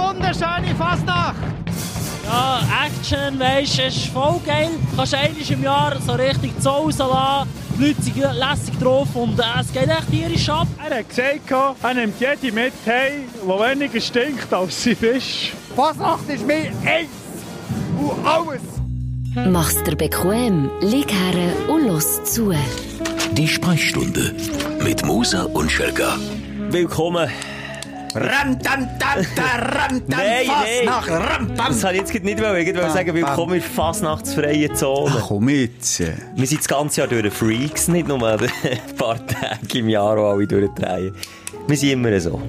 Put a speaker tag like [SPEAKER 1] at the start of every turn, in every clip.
[SPEAKER 1] wunderschöne Fasnacht!
[SPEAKER 2] Ja, Action, weisst du, ist voll geil. Kannst einmal im Jahr so richtig die Zoll lassen. Die Leute sind lässig drauf und äh, es geht echt tierisch ab.
[SPEAKER 3] Er hat gesagt, er nimmt jede mit, hey, die weniger stinkt als sie Fisch.
[SPEAKER 1] Fasnacht ist mir eins und alles!
[SPEAKER 4] Mach's dir bequem, lieg her und los zu.
[SPEAKER 5] Die Sprechstunde mit Musa und Schelga.
[SPEAKER 6] Willkommen.
[SPEAKER 7] Ram, tam, tam, ta, ram, tam,
[SPEAKER 6] Nein, nein.
[SPEAKER 7] Fasnacht, ram, tam.
[SPEAKER 6] Das wollte ich jetzt gerade nicht wollen. Ich wollte sagen, willkommen in der Fasnachtsfreien Zone.
[SPEAKER 7] Ach, komm jetzt.
[SPEAKER 6] Wir sind das ganze Jahr durch Freaks, nicht nur ein paar Tage im Jahr, wo alle durchdrehen. Wir sind immer so.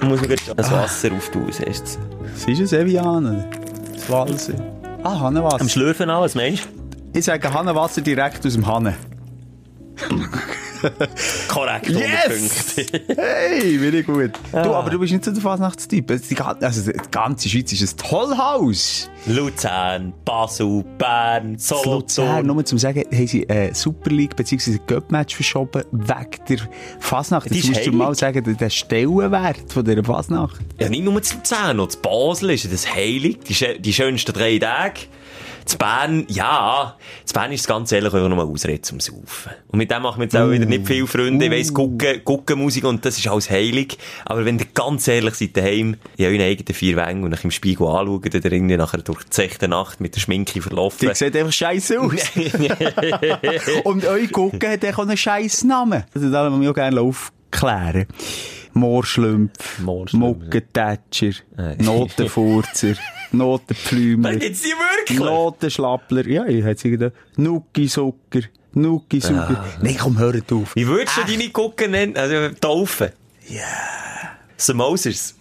[SPEAKER 6] Da muss man gerade das
[SPEAKER 7] Ah.
[SPEAKER 6] Wasser auftaus erst.
[SPEAKER 7] Das ist ein Evianen. Das Walse. Ah,
[SPEAKER 6] Am
[SPEAKER 7] Hannenwasser.
[SPEAKER 6] Schlürfen an, was meinst du?
[SPEAKER 7] Ich sage Hannenwasser direkt aus dem Hannen.
[SPEAKER 6] Korrekt,
[SPEAKER 7] Yes! hey, bin ich gut. Du, aber du bist nicht so der Fasnachtstyp. Also, die gan- also, die ganze Schweiz ist ein Tollhaus.
[SPEAKER 6] Luzern, Basel, Bern,
[SPEAKER 7] In Luzern,
[SPEAKER 6] Solothurn.
[SPEAKER 7] nur zum sagen, haben sie äh, Super League bzw. Cup-Match verschoben wegen der Fasnacht.
[SPEAKER 6] Die
[SPEAKER 7] Jetzt
[SPEAKER 6] ist
[SPEAKER 7] musst du mal
[SPEAKER 6] heilig.
[SPEAKER 7] sagen, der- der Stellenwert von dieser Fasnacht.
[SPEAKER 6] Ja, nicht nur zu Luzern, auch zu Basel ist das heilig. Die, schö- die schönsten drei Tage. Zu Bern, ja. Zu Bern ist es ganz ehrlich auch nochmal Ausrede zum Saufen. Und mit dem machen wir jetzt auch wieder nicht viele Freunde. Ich weiss, gucken, gucken Musik und das ist alles heilig. Aber wenn ihr ganz ehrlich seid daheim, in euren eigenen vier Wängen und euch im Spiegel anschaut oder irgendwie nachher durch die zechte Nacht mit der Schminke
[SPEAKER 7] Die
[SPEAKER 6] verlaufen.
[SPEAKER 7] sieht einfach scheiße aus. Und euch gucken hat auch einen scheiß Namen. Also, da wollen wir auch gerne aufklären. Moorschlümpf,
[SPEAKER 6] Moorschlümpf,
[SPEAKER 7] Muckentätscher, Notenfurzer, Notenpflümer,
[SPEAKER 6] Wenn jetzt sie wirklich?
[SPEAKER 7] Notenschlappler, ja, ich hätte sie Nuckisucker, Nuckisucker. Nein, komm, hört auf.
[SPEAKER 6] Wie würdest du deine Gucken nennen? Also, taufen. Yeah. Samosers.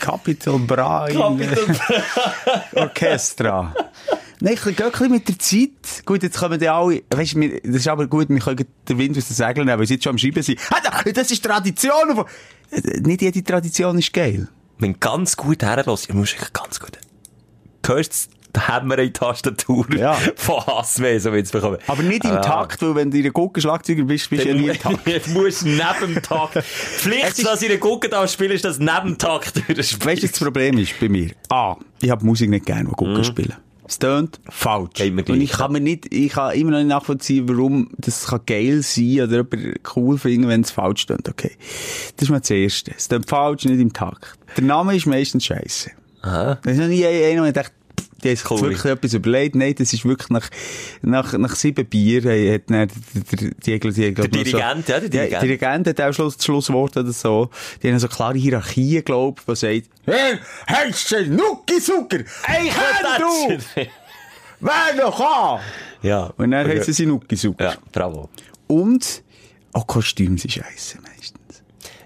[SPEAKER 7] Capital Bra
[SPEAKER 6] Capital
[SPEAKER 7] Orchestra. Nein, ich gehe ein bisschen mit der Zeit. Gut, jetzt kommen die alle. Weißt du, das ist aber gut, wir können gleich den Wind aus den Segeln nehmen, weil sie jetzt schon am Schreiben sind. Ah, da- Das ist Tradition. aber- Äh, Nicht jede Tradition ist geil.
[SPEAKER 6] Wenn ganz gut herlässt, ich muss wirklich ganz gut. Hörst du die Hämmer in die Tastatur
[SPEAKER 7] Ja.
[SPEAKER 6] von Hassweh, so wie es bekommen.
[SPEAKER 7] Aber nicht im
[SPEAKER 6] Ah.
[SPEAKER 7] Takt, weil wenn du in gucken Schlagzeuger bist, bist du ja nie im Takt.
[SPEAKER 6] Du musst neben dem Takt.
[SPEAKER 7] Es
[SPEAKER 6] Pflicht,
[SPEAKER 7] ist-
[SPEAKER 6] dass ich gucken darf, spielen, ist das neben dem Takt
[SPEAKER 7] Weißt du, was das Problem ist bei mir? A. Ich habe Musik nicht gerne, die Gucken spielen. Es tönt falsch.
[SPEAKER 6] Mhm. Geht mir
[SPEAKER 7] Und
[SPEAKER 6] gleich,
[SPEAKER 7] ich kann mir nicht, ich kann immer noch nicht nachvollziehen, warum das kann geil sein oder jemand cool finden, wenn es falsch tönt. Okay. Das ist mal das Erste. Es tönt falsch, nicht im Takt. Der Name ist meistens scheiße.
[SPEAKER 6] Aha.
[SPEAKER 7] Da ist noch nie einer, der denkt, die haben sich
[SPEAKER 6] Cool.
[SPEAKER 7] wirklich etwas überlegt. Nein, das ist wirklich nach, nach, nach sieben Bier äh, hat dann der, der, der, der, der,
[SPEAKER 6] Der Dirigent, ja, der Dirigent.
[SPEAKER 7] Ja, Dirigent hat auch Schluss, das Schlusswort oder so. Die haben so klare Hierarchien, glaub ich, die sagt, hey, heißt du Nuckisucker? Hey, kenn du! Wer noch kann?
[SPEAKER 6] Ja.
[SPEAKER 7] Und dann heißt sie Nuckisucker.
[SPEAKER 6] Ja, bravo.
[SPEAKER 7] Und auch Kostüme sind scheisse meistens.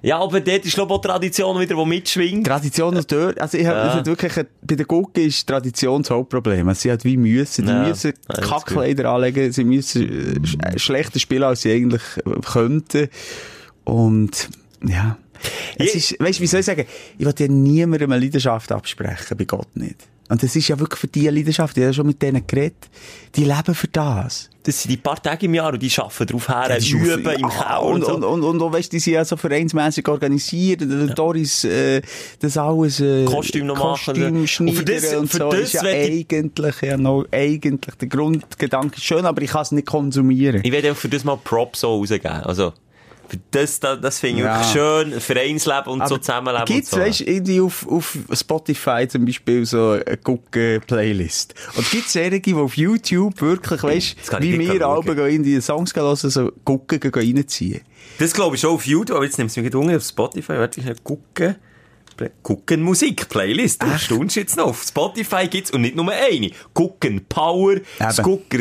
[SPEAKER 6] Ja, aber dort ist, glaube ich, auch die Tradition wieder, die mitschwingt.
[SPEAKER 7] Tradition und dort, also ich hab, das hat wirklich, ein- bei der Gurke ist Tradition das Hauptproblem. Also sie hat wie müssen, die
[SPEAKER 6] Ja,
[SPEAKER 7] müssen
[SPEAKER 6] ja, das
[SPEAKER 7] Kackkleider anlegen, sie müssen äh, sch äh, schlechter spielen, als sie eigentlich äh, könnten. Und, ja. Es
[SPEAKER 6] Je-
[SPEAKER 7] ist, weißt du, wie soll ich sagen? Ich will ja niemandem eine Leidenschaft absprechen, bei Gott nicht. Und das ist ja wirklich für die eine Leidenschaft, ich habe ja schon mit denen geredet, die leben für das.
[SPEAKER 6] Das sind die paar Tage im Jahr und die arbeiten drauf her,
[SPEAKER 7] Die
[SPEAKER 6] üben
[SPEAKER 7] Schufe-
[SPEAKER 6] im
[SPEAKER 7] Ah,
[SPEAKER 6] Keller.
[SPEAKER 7] Und,
[SPEAKER 6] und so.
[SPEAKER 7] und, und, und, und weißt, die sind ja so vereinsmässig organisiert. Der Doris, äh, das alles. Äh,
[SPEAKER 6] Kostüm noch machen.
[SPEAKER 7] Kostüm
[SPEAKER 6] äh, Und
[SPEAKER 7] schneiden
[SPEAKER 6] für das-
[SPEAKER 7] und
[SPEAKER 6] für
[SPEAKER 7] so.
[SPEAKER 6] das
[SPEAKER 7] ist ja
[SPEAKER 6] werd ich-
[SPEAKER 7] eigentlich, ja, noch, eigentlich der Grundgedanke ist schön, aber ich kann es nicht konsumieren.
[SPEAKER 6] Ich werde für das mal Props so rausgeben. Also, für das, das, das finde ich
[SPEAKER 7] Ja.
[SPEAKER 6] wirklich schön. Vereinsleben und so
[SPEAKER 7] Aber
[SPEAKER 6] zusammenleben
[SPEAKER 7] Gibt's,
[SPEAKER 6] und so.
[SPEAKER 7] weißt, irgendwie auf, auf Spotify zum Beispiel so eine Gucken-Playlist. Und gibt's Serien, die auf YouTube wirklich, weißt,
[SPEAKER 6] Das kann ich
[SPEAKER 7] wie
[SPEAKER 6] nicht
[SPEAKER 7] wir
[SPEAKER 6] schauen.
[SPEAKER 7] alle gehen in die Songs hören, so Gucken gehen reinziehen.
[SPEAKER 6] Das glaube ich schon auf YouTube, aber jetzt nimmst du mich gerade unten auf Spotify. Warte, ich schnell gucken. Play- Gucken Musik, Playlist. Du staunst jetzt noch. Auf Spotify gibt's und nicht nur eine. Gucken Power, das
[SPEAKER 7] Eben.
[SPEAKER 6] Gucker.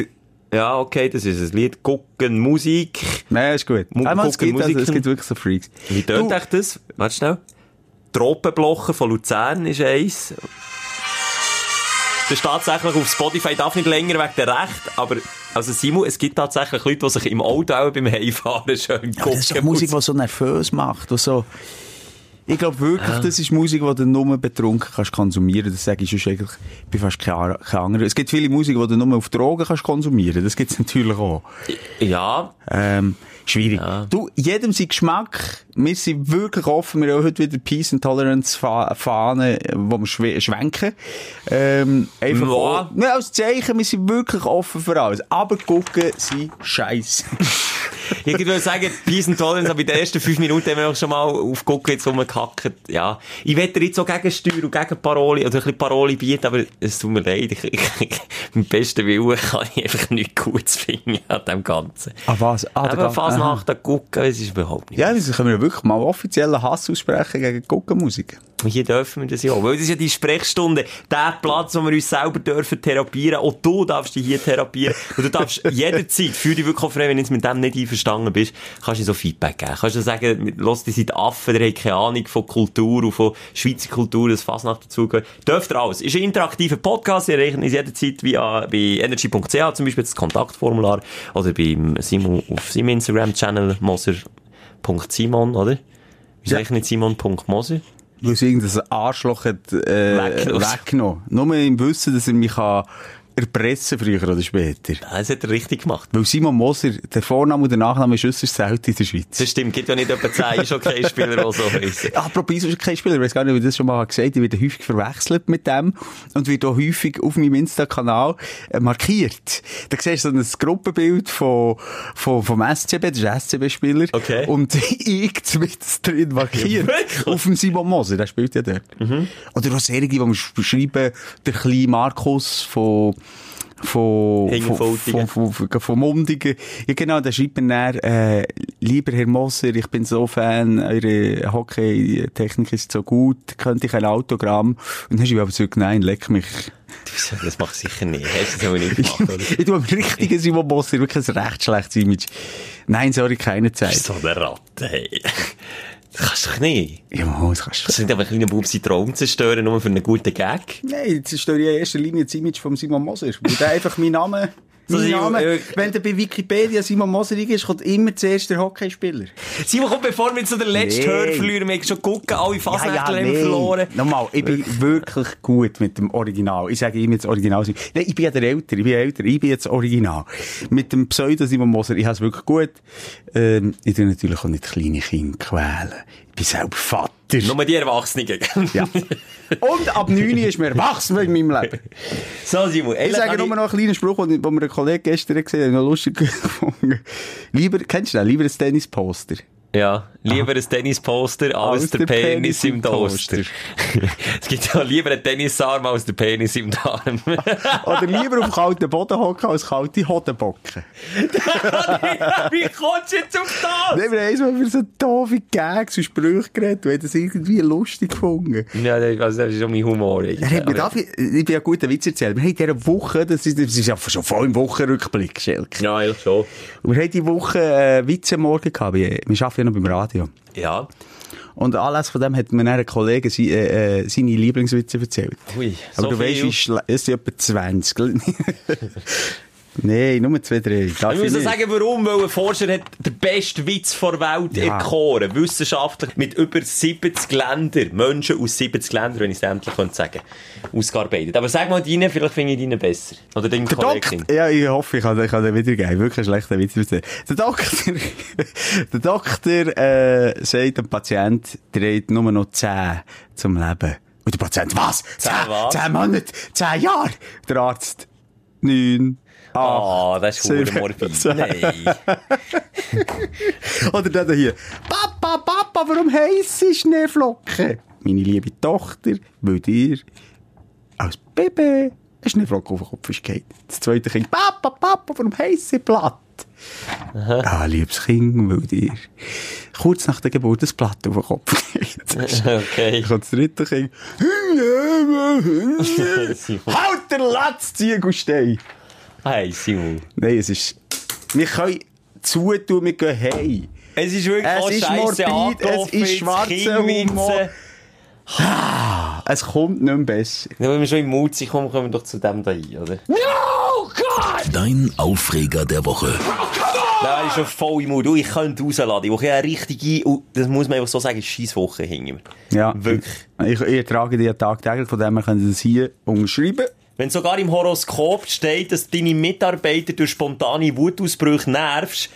[SPEAKER 6] Ja, okay, das ist ein Lied. Gucken Musik.
[SPEAKER 7] Nein, ist gut.
[SPEAKER 6] Mu-
[SPEAKER 7] Einmal, es
[SPEAKER 6] gucken,
[SPEAKER 7] gibt, also, es
[SPEAKER 6] Musiken.
[SPEAKER 7] gibt wirklich so Freaks.
[SPEAKER 6] Wie tönt
[SPEAKER 7] Du-
[SPEAKER 6] euch das? Warte schnell. Tropenblochen von Luzern ist eins. Das ist tatsächlich auf Spotify, darf nicht länger wegen der Recht, aber, also Simon, es gibt tatsächlich Leute, die sich im Auto auch beim Heimfahren schön gucken.
[SPEAKER 7] Das ist doch Musik, die so nervös macht, die so, Ich glaube wirklich, das ist Musik, die du nur betrunken kannst konsumieren. Das sage ich sonst eigentlich bei fast kein anderer. Es gibt viele Musik, die du nur auf Drogen kannst konsumieren. Das gibt es natürlich auch.
[SPEAKER 6] Ja,
[SPEAKER 7] Ähm, schwierig.
[SPEAKER 6] Ja.
[SPEAKER 7] Du, jedem sein Geschmack. Wir sind wirklich offen. Wir haben heute wieder Peace and Tolerance Fa- Fahne, äh, wo wir schwe- schwenken. Ähm, einfach
[SPEAKER 6] Ja.
[SPEAKER 7] auch- Nein, als Zeichen, wir sind wirklich offen für alles. Aber gucken sind scheiße.
[SPEAKER 6] Ich würde sagen, Peace and Tolerance, aber in den ersten fünf Minuten haben wir auch schon mal auf Google jetzt rumgehackt. Ja. Ich wette jetzt auch gegen Steuer und gegen Paroli, oder ein bisschen Paroli bieten, aber es tut mir leid. Ich, ich, ich, mit bestem Willen kann ich einfach nichts Gutes finden an dem Ganzen.
[SPEAKER 7] Ah, was? Ah,
[SPEAKER 6] Aber fast nach der Gucke, es ist überhaupt nicht.
[SPEAKER 7] Ja, das können wir wirklich mal offiziellen Hass aussprechen gegen Guckenmusik.
[SPEAKER 6] Und Hier dürfen wir das ja auch. Weil das ist ja die Sprechstunde, der Platz, wo wir uns selber dürfen therapieren. Auch du darfst dich hier therapieren. Und du darfst jederzeit, fühl dich wirklich auch frei, wenn du jetzt mit dem nicht einverstanden bist, kannst du so Feedback geben. Kannst du sagen, lass die seid Affen, der hat keine Ahnung von Kultur und von Schweizer Kultur, das Fasnacht dazugehört. Dürft ihr alles. Ist ein interaktiver Podcast, ihr rechnet uns jederzeit via, bei energy.ch, zum Beispiel das Kontaktformular, oder beim Simon, auf seinem Instagram-Channel, moser.simon, oder? Wieso
[SPEAKER 7] Ja.
[SPEAKER 6] ja. nicht Simon.moser?
[SPEAKER 7] Weil es irgendein Arschloch hat, äh,
[SPEAKER 6] Weggenommen.
[SPEAKER 7] weggenommen. Nur im Wissen, dass er mich kann erpressen früher oder später.
[SPEAKER 6] Ah, Das hat er richtig gemacht.
[SPEAKER 7] Weil Simon Moser, der Vorname und der Nachname ist äußerst selten in der Schweiz.
[SPEAKER 6] Das stimmt, gibt ja nicht etwa 10 ist okay Spieler, der so heissen.
[SPEAKER 7] Apropos, ist kein Spieler, ich weiß gar nicht, wie ich das schon mal gesagt habe. Ich werde häufig verwechselt mit dem und wird auch häufig auf meinem Insta-Kanal äh, markiert. Da siehst du so ein Gruppenbild von, von, vom SCB, das ist ein SCB-Spieler.
[SPEAKER 6] Okay.
[SPEAKER 7] Und ich mit drin markiert.
[SPEAKER 6] Ja, wirklich? Mhm.
[SPEAKER 7] auf dem Simon Moser, der spielt ja dort. Oder auch Serien, die mir sch- schreiben, der kleine Markus von, von, von,
[SPEAKER 6] Hingenfoltigen.
[SPEAKER 7] von, von, von, von Mundigen. Ja, genau, da schreibt mir dann, äh, lieber Herr Moser, ich bin so Fan, eure eh, Hockey-Technik ist so gut, könnte ich ein Autogramm? Und dann hast du aber zurück, nein, leck mich.
[SPEAKER 6] Das macht sicher nicht. Hast du das aber nicht gemacht, oder?
[SPEAKER 7] ich tue am richtigen Simon Moser wirklich ein recht schlechtes Image. Nein, sorry, keine
[SPEAKER 6] Das ist
[SPEAKER 7] Zeit.
[SPEAKER 6] so eine Ratte, hey. Das kannst du doch nicht.
[SPEAKER 7] Ja, Mann, das kannst du.
[SPEAKER 6] Das nicht einfach einen kleinen Bub seinen Traum zerstören, nur für einen guten Gag.
[SPEAKER 7] Nein, jetzt ist ja in erster Linie das Image von Simon Moser. Weil der einfach mein Name,
[SPEAKER 6] So,
[SPEAKER 7] mein
[SPEAKER 6] Simon,
[SPEAKER 7] Name,
[SPEAKER 6] äh,
[SPEAKER 7] wenn du bei Wikipedia Simon Moser eingibst, kommt immer zuerst der Hockeyspieler.
[SPEAKER 6] Simon, komm, bevor wir zu der letzten
[SPEAKER 7] Nee.
[SPEAKER 6] Hörflüre, wir haben schon gucken, alle Fasnächtler haben
[SPEAKER 7] nein.
[SPEAKER 6] verloren.
[SPEAKER 7] Nochmal, ich bin wirklich gut mit dem Original. Ich sage immer jetzt Original. Nein, ich bin ja der Älter, ich bin älter, ich bin jetzt Original. Mit dem Pseudo Simon Moser, ich habe es wirklich gut. Ähm, ich tue natürlich auch nicht kleine Kinder quälen. Ich bin selber Vater.
[SPEAKER 6] Nur die Erwachsenen.
[SPEAKER 7] Ja. Und ab 9 ist mir erwachsen in meinem Leben.
[SPEAKER 6] So, Simon,
[SPEAKER 7] Ich
[SPEAKER 6] ehrlich,
[SPEAKER 7] sage nur noch einen kleinen Spruch, den den mir ein Kollege gestern gesehen hat, den ich noch lustig gefunden. Lieber, kennst du den? Lieber ein Tennisposter.
[SPEAKER 6] Ja, lieber ein Tennisposter als der, Penis, im Toaster. es gibt ja lieber einen Tennisarm als der Penis im Darm.
[SPEAKER 7] Oder lieber auf kalten Boden hocken als kalte Hodenbocken.
[SPEAKER 6] Wie kommst du jetzt auf das?
[SPEAKER 7] Nein, wir haben einmal über so doofe Gags und Sprüche geredet und haben das irgendwie lustig gefunden.
[SPEAKER 6] Ja, das, also, das ist schon mein Humor.
[SPEAKER 7] Er hat mir da,
[SPEAKER 6] Aber-
[SPEAKER 7] ich bin ja guter Witz erzählt. Wir haben in dieser Woche, das ist, das ist ja schon voll im Wochenrückblick, Schelke.
[SPEAKER 6] Ja, eigentlich schon.
[SPEAKER 7] Und wir haben diese Woche äh, Witze am morgen gehabt. äh, Wir wir arbeiten ja noch beim Radio.
[SPEAKER 6] Ja.
[SPEAKER 7] Und anlässlich von dem hat mir dann ein Kollege se- äh, äh, seine Lieblingswitze erzählt.
[SPEAKER 6] Ui,
[SPEAKER 7] Aber
[SPEAKER 6] so
[SPEAKER 7] du weißt,
[SPEAKER 6] viel.
[SPEAKER 7] wie schlecht, es sind etwa 20. Nein, nur zwei, drei. Darf
[SPEAKER 6] Also Ich muss auch
[SPEAKER 7] nicht.
[SPEAKER 6] sagen, warum, weil ein Forscher hat den besten Witz vor Welt
[SPEAKER 7] Ja.
[SPEAKER 6] erkoren, wissenschaftlich, mit über 70 Ländern, Menschen aus 70 Ländern, wenn ich es endlich könnte sagen, ausgearbeitet. Aber sag mal deinen, vielleicht finde ich deinen besser. Oder deinen
[SPEAKER 7] Der
[SPEAKER 6] Kollegen.
[SPEAKER 7] Doktor, ja, ich hoffe, ich kann, ich kann den wiedergeben. Wirklich ein schlechter Witz. erzählt. Der Doktor, der Doktor, äh, sagt dem Patient, der hat nur noch 10 zum Leben. Und der Patient, was? 10,
[SPEAKER 6] was?
[SPEAKER 7] 10 Monate? 10 Jahre? Der Arzt, 9, 8.
[SPEAKER 6] Ah, das ist
[SPEAKER 7] Sehr-
[SPEAKER 6] verdammt morbid. Nein.
[SPEAKER 7] Oder der da hier, Papa, Papa, warum heisse Schneeflocken? Meine liebe Tochter, weil dir als Baby eine Schneeflocke auf den Kopf ist gefallen. Das zweite Kind, Papa, Papa, warum heisse Blatt? Ah, liebes Kind, weil dir kurz nach der Geburt das Blatt auf den Kopf geht.
[SPEAKER 6] Okay.
[SPEAKER 7] Dann kommt das dritte Kind. halt der letzte Ziegelstein!
[SPEAKER 6] Hey, Simon.
[SPEAKER 7] Nein, es ist... Wir können zutun, wir gehen hey.
[SPEAKER 6] Es ist wirklich
[SPEAKER 7] Es
[SPEAKER 6] auch
[SPEAKER 7] ist
[SPEAKER 6] scheisse
[SPEAKER 7] morbid, es ist schwarzer Humor.
[SPEAKER 6] Kindwitze.
[SPEAKER 7] Es kommt nicht mehr besser.
[SPEAKER 6] Ja, Wenn wir schon im Mut sind, kommen kommen wir doch zu dem da hin, oder?
[SPEAKER 5] Dein Aufreger der Woche.
[SPEAKER 6] Da ist schon voll im Mut. Du, Ich könnte rausladen. Die Woche eine richtige, und Oh, das muss man einfach so sagen, Scheisswoche hinter mir.
[SPEAKER 7] Ja.
[SPEAKER 6] Wirklich.
[SPEAKER 7] Ich, ich trage die ja tagtäglich, von dem her könnt ihr das hier unterschreiben.
[SPEAKER 6] Wenn sogar im Horoskop steht, dass deine Mitarbeiter durch spontane Wutausbrüche nervst,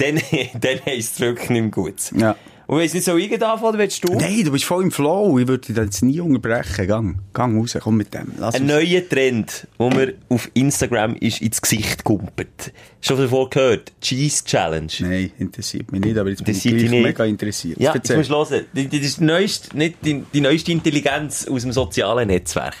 [SPEAKER 6] dann, dann heisst es wirklich nicht mehr gut.
[SPEAKER 7] Ja.
[SPEAKER 6] Und weiss nicht, soll ich davon oder willst du?
[SPEAKER 7] Nein, du bist voll im Flow. Ich würde dich jetzt nie unterbrechen. Gang, gang raus, komm mit dem. Lass
[SPEAKER 6] Ein
[SPEAKER 7] uns-
[SPEAKER 6] neuer Trend, der mir auf Instagram ist ins Gesicht kumpelt. Schon davon gehört? Cheese Challenge.
[SPEAKER 7] Nein, interessiert mich nicht, aber jetzt bin ich
[SPEAKER 6] Interessiert
[SPEAKER 7] gleich
[SPEAKER 6] dich nicht?
[SPEAKER 7] mega interessiert.
[SPEAKER 6] Ja, jetzt
[SPEAKER 7] Erzähl.
[SPEAKER 6] musst du hören. Die- die- Das ist die neueste, nicht die, die neueste Intelligenz aus dem sozialen Netzwerk.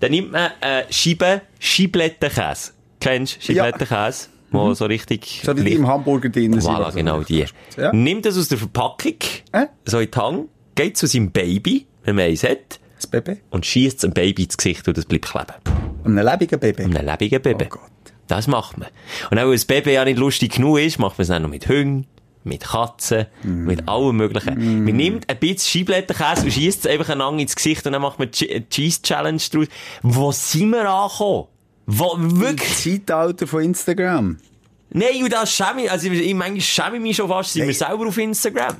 [SPEAKER 6] Dann nimmt man äh, Scheibe Scheiblettenkäse. Kennst du Scheiblettenkäse? Wo so richtig...
[SPEAKER 7] Mhm. so wie die
[SPEAKER 6] leicht-
[SPEAKER 7] im Hamburger drin sind.
[SPEAKER 6] Voilà,
[SPEAKER 7] Also,
[SPEAKER 6] genau die.
[SPEAKER 7] Ja.
[SPEAKER 6] Nimmt das aus der Verpackung,
[SPEAKER 7] Äh?
[SPEAKER 6] so in die Hand, geht zu seinem Baby, wenn man eins hat,
[SPEAKER 7] Das Baby.
[SPEAKER 6] und schießt dem Baby ins Gesicht und das bleibt kleben.
[SPEAKER 7] Ein lebendiger Baby.
[SPEAKER 6] Einem lebenden Baby.
[SPEAKER 7] Oh Gott.
[SPEAKER 6] Das macht man. Und auch weil das Baby ja nicht lustig genug ist, macht man es dann noch mit Hühnern, mit Katzen,
[SPEAKER 7] Mm.
[SPEAKER 6] mit allem Möglichen. Man nimmt ein bisschen Scheiblettenkäse und schießt es einfach einander ins Gesicht und dann macht man die Cheese-Challenge draus. Wo sind wir angekommen? Wo, wirklich?
[SPEAKER 7] Zeitalter von Instagram.
[SPEAKER 6] Nein, und das schäme ich, also ich, manchmal schäme ich mich schon fast, sind wir selber auf Instagram.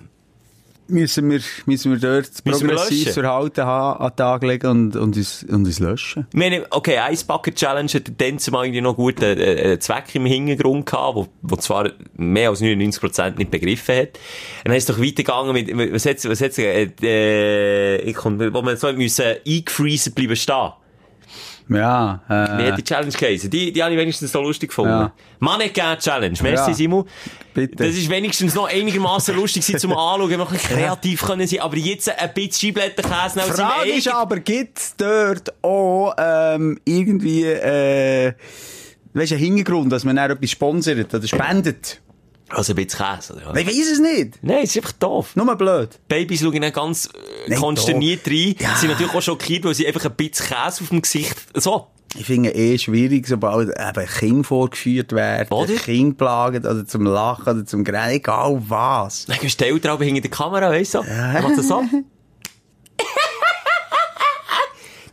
[SPEAKER 7] Müssen wir, müssen wir dort
[SPEAKER 6] Müssen wir
[SPEAKER 7] progressives
[SPEAKER 6] löschen?
[SPEAKER 7] Verhalten haben, an den Tag legen und, und, uns, und uns löschen?
[SPEAKER 6] Ich meine, okay, Ice Bucket Challenge hat dann zumal irgendwie noch guten äh, äh, Zweck im Hintergrund gehabt, wo, wo zwar mehr als 99% nicht begriffen hat. Und dann ist es doch weitergegangen mit, mit- was hat's, was hat's, äh, äh, ich komm, wo man so hat müssen eingefreezen bleiben stehen.
[SPEAKER 7] Ja,
[SPEAKER 6] Wie
[SPEAKER 7] äh,
[SPEAKER 6] hat die Challenge geheißen? Die, die habe ich wenigstens so lustig gefunden.
[SPEAKER 7] Ja.
[SPEAKER 6] Mannequin Challenge, merci
[SPEAKER 7] Ja.
[SPEAKER 6] Simon.
[SPEAKER 7] Bitte.
[SPEAKER 6] Das ist wenigstens noch einigermaßen lustig gewesen zum Anschauen, wenn wir ein bisschen kreativ können sein, aber jetzt ein bisschen Scheiblettenkäse nehmen und seinen
[SPEAKER 7] Frage ist
[SPEAKER 6] eigenen-
[SPEAKER 7] aber, gibt es dort auch ähm, irgendwie äh, weißt, einen Hintergrund, dass man dann etwas sponsert oder spendet?
[SPEAKER 6] Also ein bisschen Käse, oder? was?
[SPEAKER 7] Ich weiß es nicht.
[SPEAKER 6] Nein, es ist einfach doof.
[SPEAKER 7] Nur blöd.
[SPEAKER 6] Babys schauen dann ganz äh,
[SPEAKER 7] Nein,
[SPEAKER 6] konsterniert rein.
[SPEAKER 7] Ja.
[SPEAKER 6] Sie sind natürlich auch schockiert, weil sie einfach ein bisschen Käse auf dem Gesicht, so.
[SPEAKER 7] Ich finde eh schwierig, sobald eben Kinder vorgeführt werden,
[SPEAKER 6] Oder?
[SPEAKER 7] Kinder plagen oder zum Lachen oder zum Gränen, egal was.
[SPEAKER 6] Dann gehst du die Eltern aber hinter der Kamera, weißt du? so. Dann macht das so.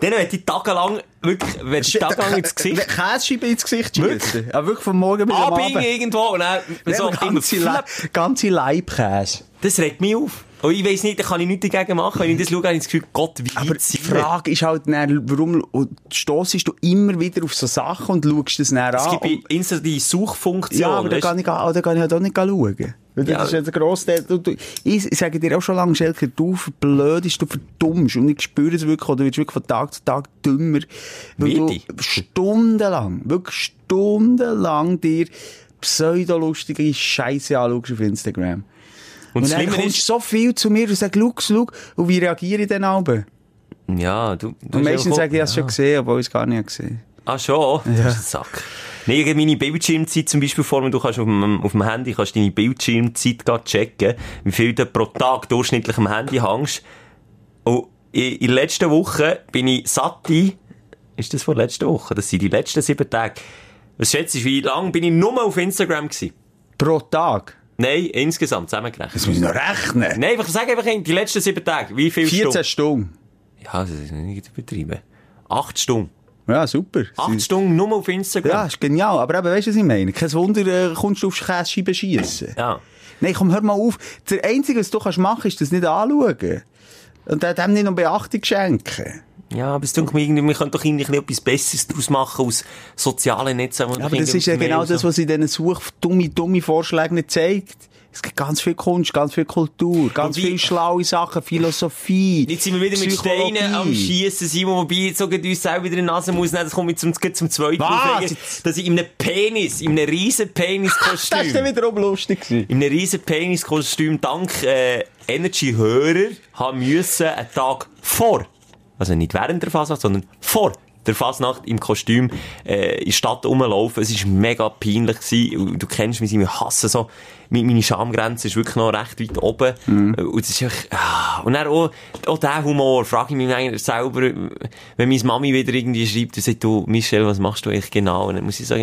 [SPEAKER 6] Dann wird die tagelang, wirklich, wird die tagelang ins Gesicht.
[SPEAKER 7] Käsescheibe ins Gesicht
[SPEAKER 6] Wirklich?
[SPEAKER 7] schiessen. Ja, wirklich von morgen bis am
[SPEAKER 6] Abing
[SPEAKER 7] Abend.
[SPEAKER 6] irgendwo, und dann, so,
[SPEAKER 7] Nein,
[SPEAKER 6] immer
[SPEAKER 7] ganze, Le
[SPEAKER 6] flapp.
[SPEAKER 7] ganze Leibkäse.
[SPEAKER 6] Das regt mich auf. Und ich weiss nicht, da kann ich nichts dagegen machen. Wenn ich das schaue, habe ich das Gefühl, Gott, wie
[SPEAKER 7] Aber
[SPEAKER 6] weit
[SPEAKER 7] die
[SPEAKER 6] sind wir?
[SPEAKER 7] Frage ist halt dann, warum stossest du immer wieder auf so Sachen und schaust das dann
[SPEAKER 6] Es
[SPEAKER 7] an?
[SPEAKER 6] gibt bei Insta die Suchfunktion.
[SPEAKER 7] Ah, ja, aber da
[SPEAKER 6] weisst du?
[SPEAKER 7] kann, ich, auch- da kann ich halt auch nicht schauen. Weil
[SPEAKER 6] Ja.
[SPEAKER 7] Das ist ja der grosse Teil. Du- du- Ich sage dir auch schon lange, Schelker, du verblödest, du verdummst. Und ich spüre es wirklich, oder du wirst wirklich von Tag zu Tag dümmer. Weil du
[SPEAKER 6] Wirklich?
[SPEAKER 7] stundenlang, wirklich stundenlang dir pseudolustige Scheiße anschaust auf Instagram.
[SPEAKER 6] Und
[SPEAKER 7] Und
[SPEAKER 6] das
[SPEAKER 7] dann
[SPEAKER 6] Schlimme
[SPEAKER 7] kommst
[SPEAKER 6] ist,
[SPEAKER 7] so viel zu mir und sagst, schau, schau, und wie reagiere ich denn aber?
[SPEAKER 6] ja, du, du
[SPEAKER 7] Und
[SPEAKER 6] hast
[SPEAKER 7] meistens
[SPEAKER 6] einfach-
[SPEAKER 7] sage ich, ich habe es schon gesehen, obwohl ich es gar nicht gesehen
[SPEAKER 6] Ah, schon? Ja. Das ist ein Sack. Nee, gegen meine Bildschirmzeit zum Beispiel vor, du kannst auf dem, auf dem Handy kannst deine Bildschirmzeit grad checken, wie viel du pro Tag durchschnittlich am Handy hängst. Und in, in der letzten Woche bin ich satte, ist das vor letzter Woche? Das sind die letzten sieben Tage. Was schätzt du, wie lange bin ich nur auf Instagram gewesen?
[SPEAKER 7] habe. Pro Tag.
[SPEAKER 6] Nein, insgesamt, zusammengerechnet.
[SPEAKER 7] Das muss ich noch rechnen.
[SPEAKER 6] Nein, einfach sag einfach, die letzten sieben Tage, wie viel
[SPEAKER 7] 14
[SPEAKER 6] Stunden?
[SPEAKER 7] Stunden.
[SPEAKER 6] Ja, das ist nicht übertrieben. Acht Stunden.
[SPEAKER 7] Ja, super.
[SPEAKER 6] Acht Stunden nur auf Instagram.
[SPEAKER 7] Ja, ist genial. Aber eben, weißt du, was ich meine? Kein Wunder, äh, kommst du aufs Kässcheiben schiessen.
[SPEAKER 6] ja.
[SPEAKER 7] Nein, komm, hör mal auf. Das Einzige, was du kannst machen kannst, ist das nicht anschauen. Und dem nicht noch Beachtung schenken.
[SPEAKER 6] Ja, aber es denkt mir irgendwie, wir können doch irgendwie etwas Besseres daraus machen aus sozialen Netzen.
[SPEAKER 7] Ja, aber das ist ja genau das, was in diesen Such dumme, dumme Vorschlägen nicht zeigt. Es gibt ganz viel Kunst, ganz viel Kultur, ganz
[SPEAKER 6] Wobei-
[SPEAKER 7] viele schlaue Sachen, Philosophie.
[SPEAKER 6] Jetzt sind wir wieder mit
[SPEAKER 7] Psychologie.
[SPEAKER 6] Steinen am Schiessen, Simon, wobei jetzt sogar uns selber in die Nase muss nehmen, das kommt jetzt zum, gleich zum zweiten
[SPEAKER 7] Was?
[SPEAKER 6] Aufreger, dass ich in einem Penis, in einem riesen
[SPEAKER 7] Das ist dann
[SPEAKER 6] Peniskostüm,
[SPEAKER 7] wiederum lustig gewesen.
[SPEAKER 6] in einem riesen Peniskostüm dank äh, Energy-Hörer haben müssen einen Tag vor, also nicht während der Fasnacht, sondern vor der Fasnacht im Kostüm äh, in der Stadt rumlaufen. Es war mega peinlich. Gewesen. Und Du kennst mich, wir hassen so. Me- Meine Schamgrenze ist wirklich noch recht weit oben. Äh, Und es ist echt, ah. Und dann auch, auch der Humor, frage ich mich eigentlich selber, wenn meine Mami wieder irgendwie schreibt und sagt, du, Michelle, was machst du eigentlich genau? Und dann muss ich sagen,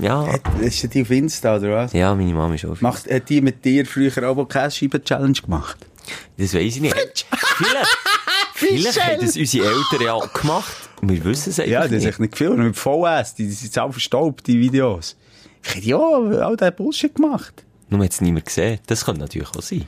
[SPEAKER 6] ja,
[SPEAKER 7] Ist das die auf Insta, oder was?
[SPEAKER 6] ja, meine Mami ist auch
[SPEAKER 7] Macht, hat die mit dir früher auch Kässcheiben-Challenge gemacht?
[SPEAKER 6] Das weiß ich nicht. Vielleicht, vielleicht haben das unsere Eltern ja auch gemacht. Wir wissen es einfach
[SPEAKER 7] Ja, das ist
[SPEAKER 6] nicht.
[SPEAKER 7] echt nicht gefilmt. Mit VS, die, die sind jetzt auch verstaubt, die Videos. Ich hätte ja auch all diesen Bullshit gemacht.
[SPEAKER 6] Nur hat es niemand gesehen. Das könnte natürlich auch sein.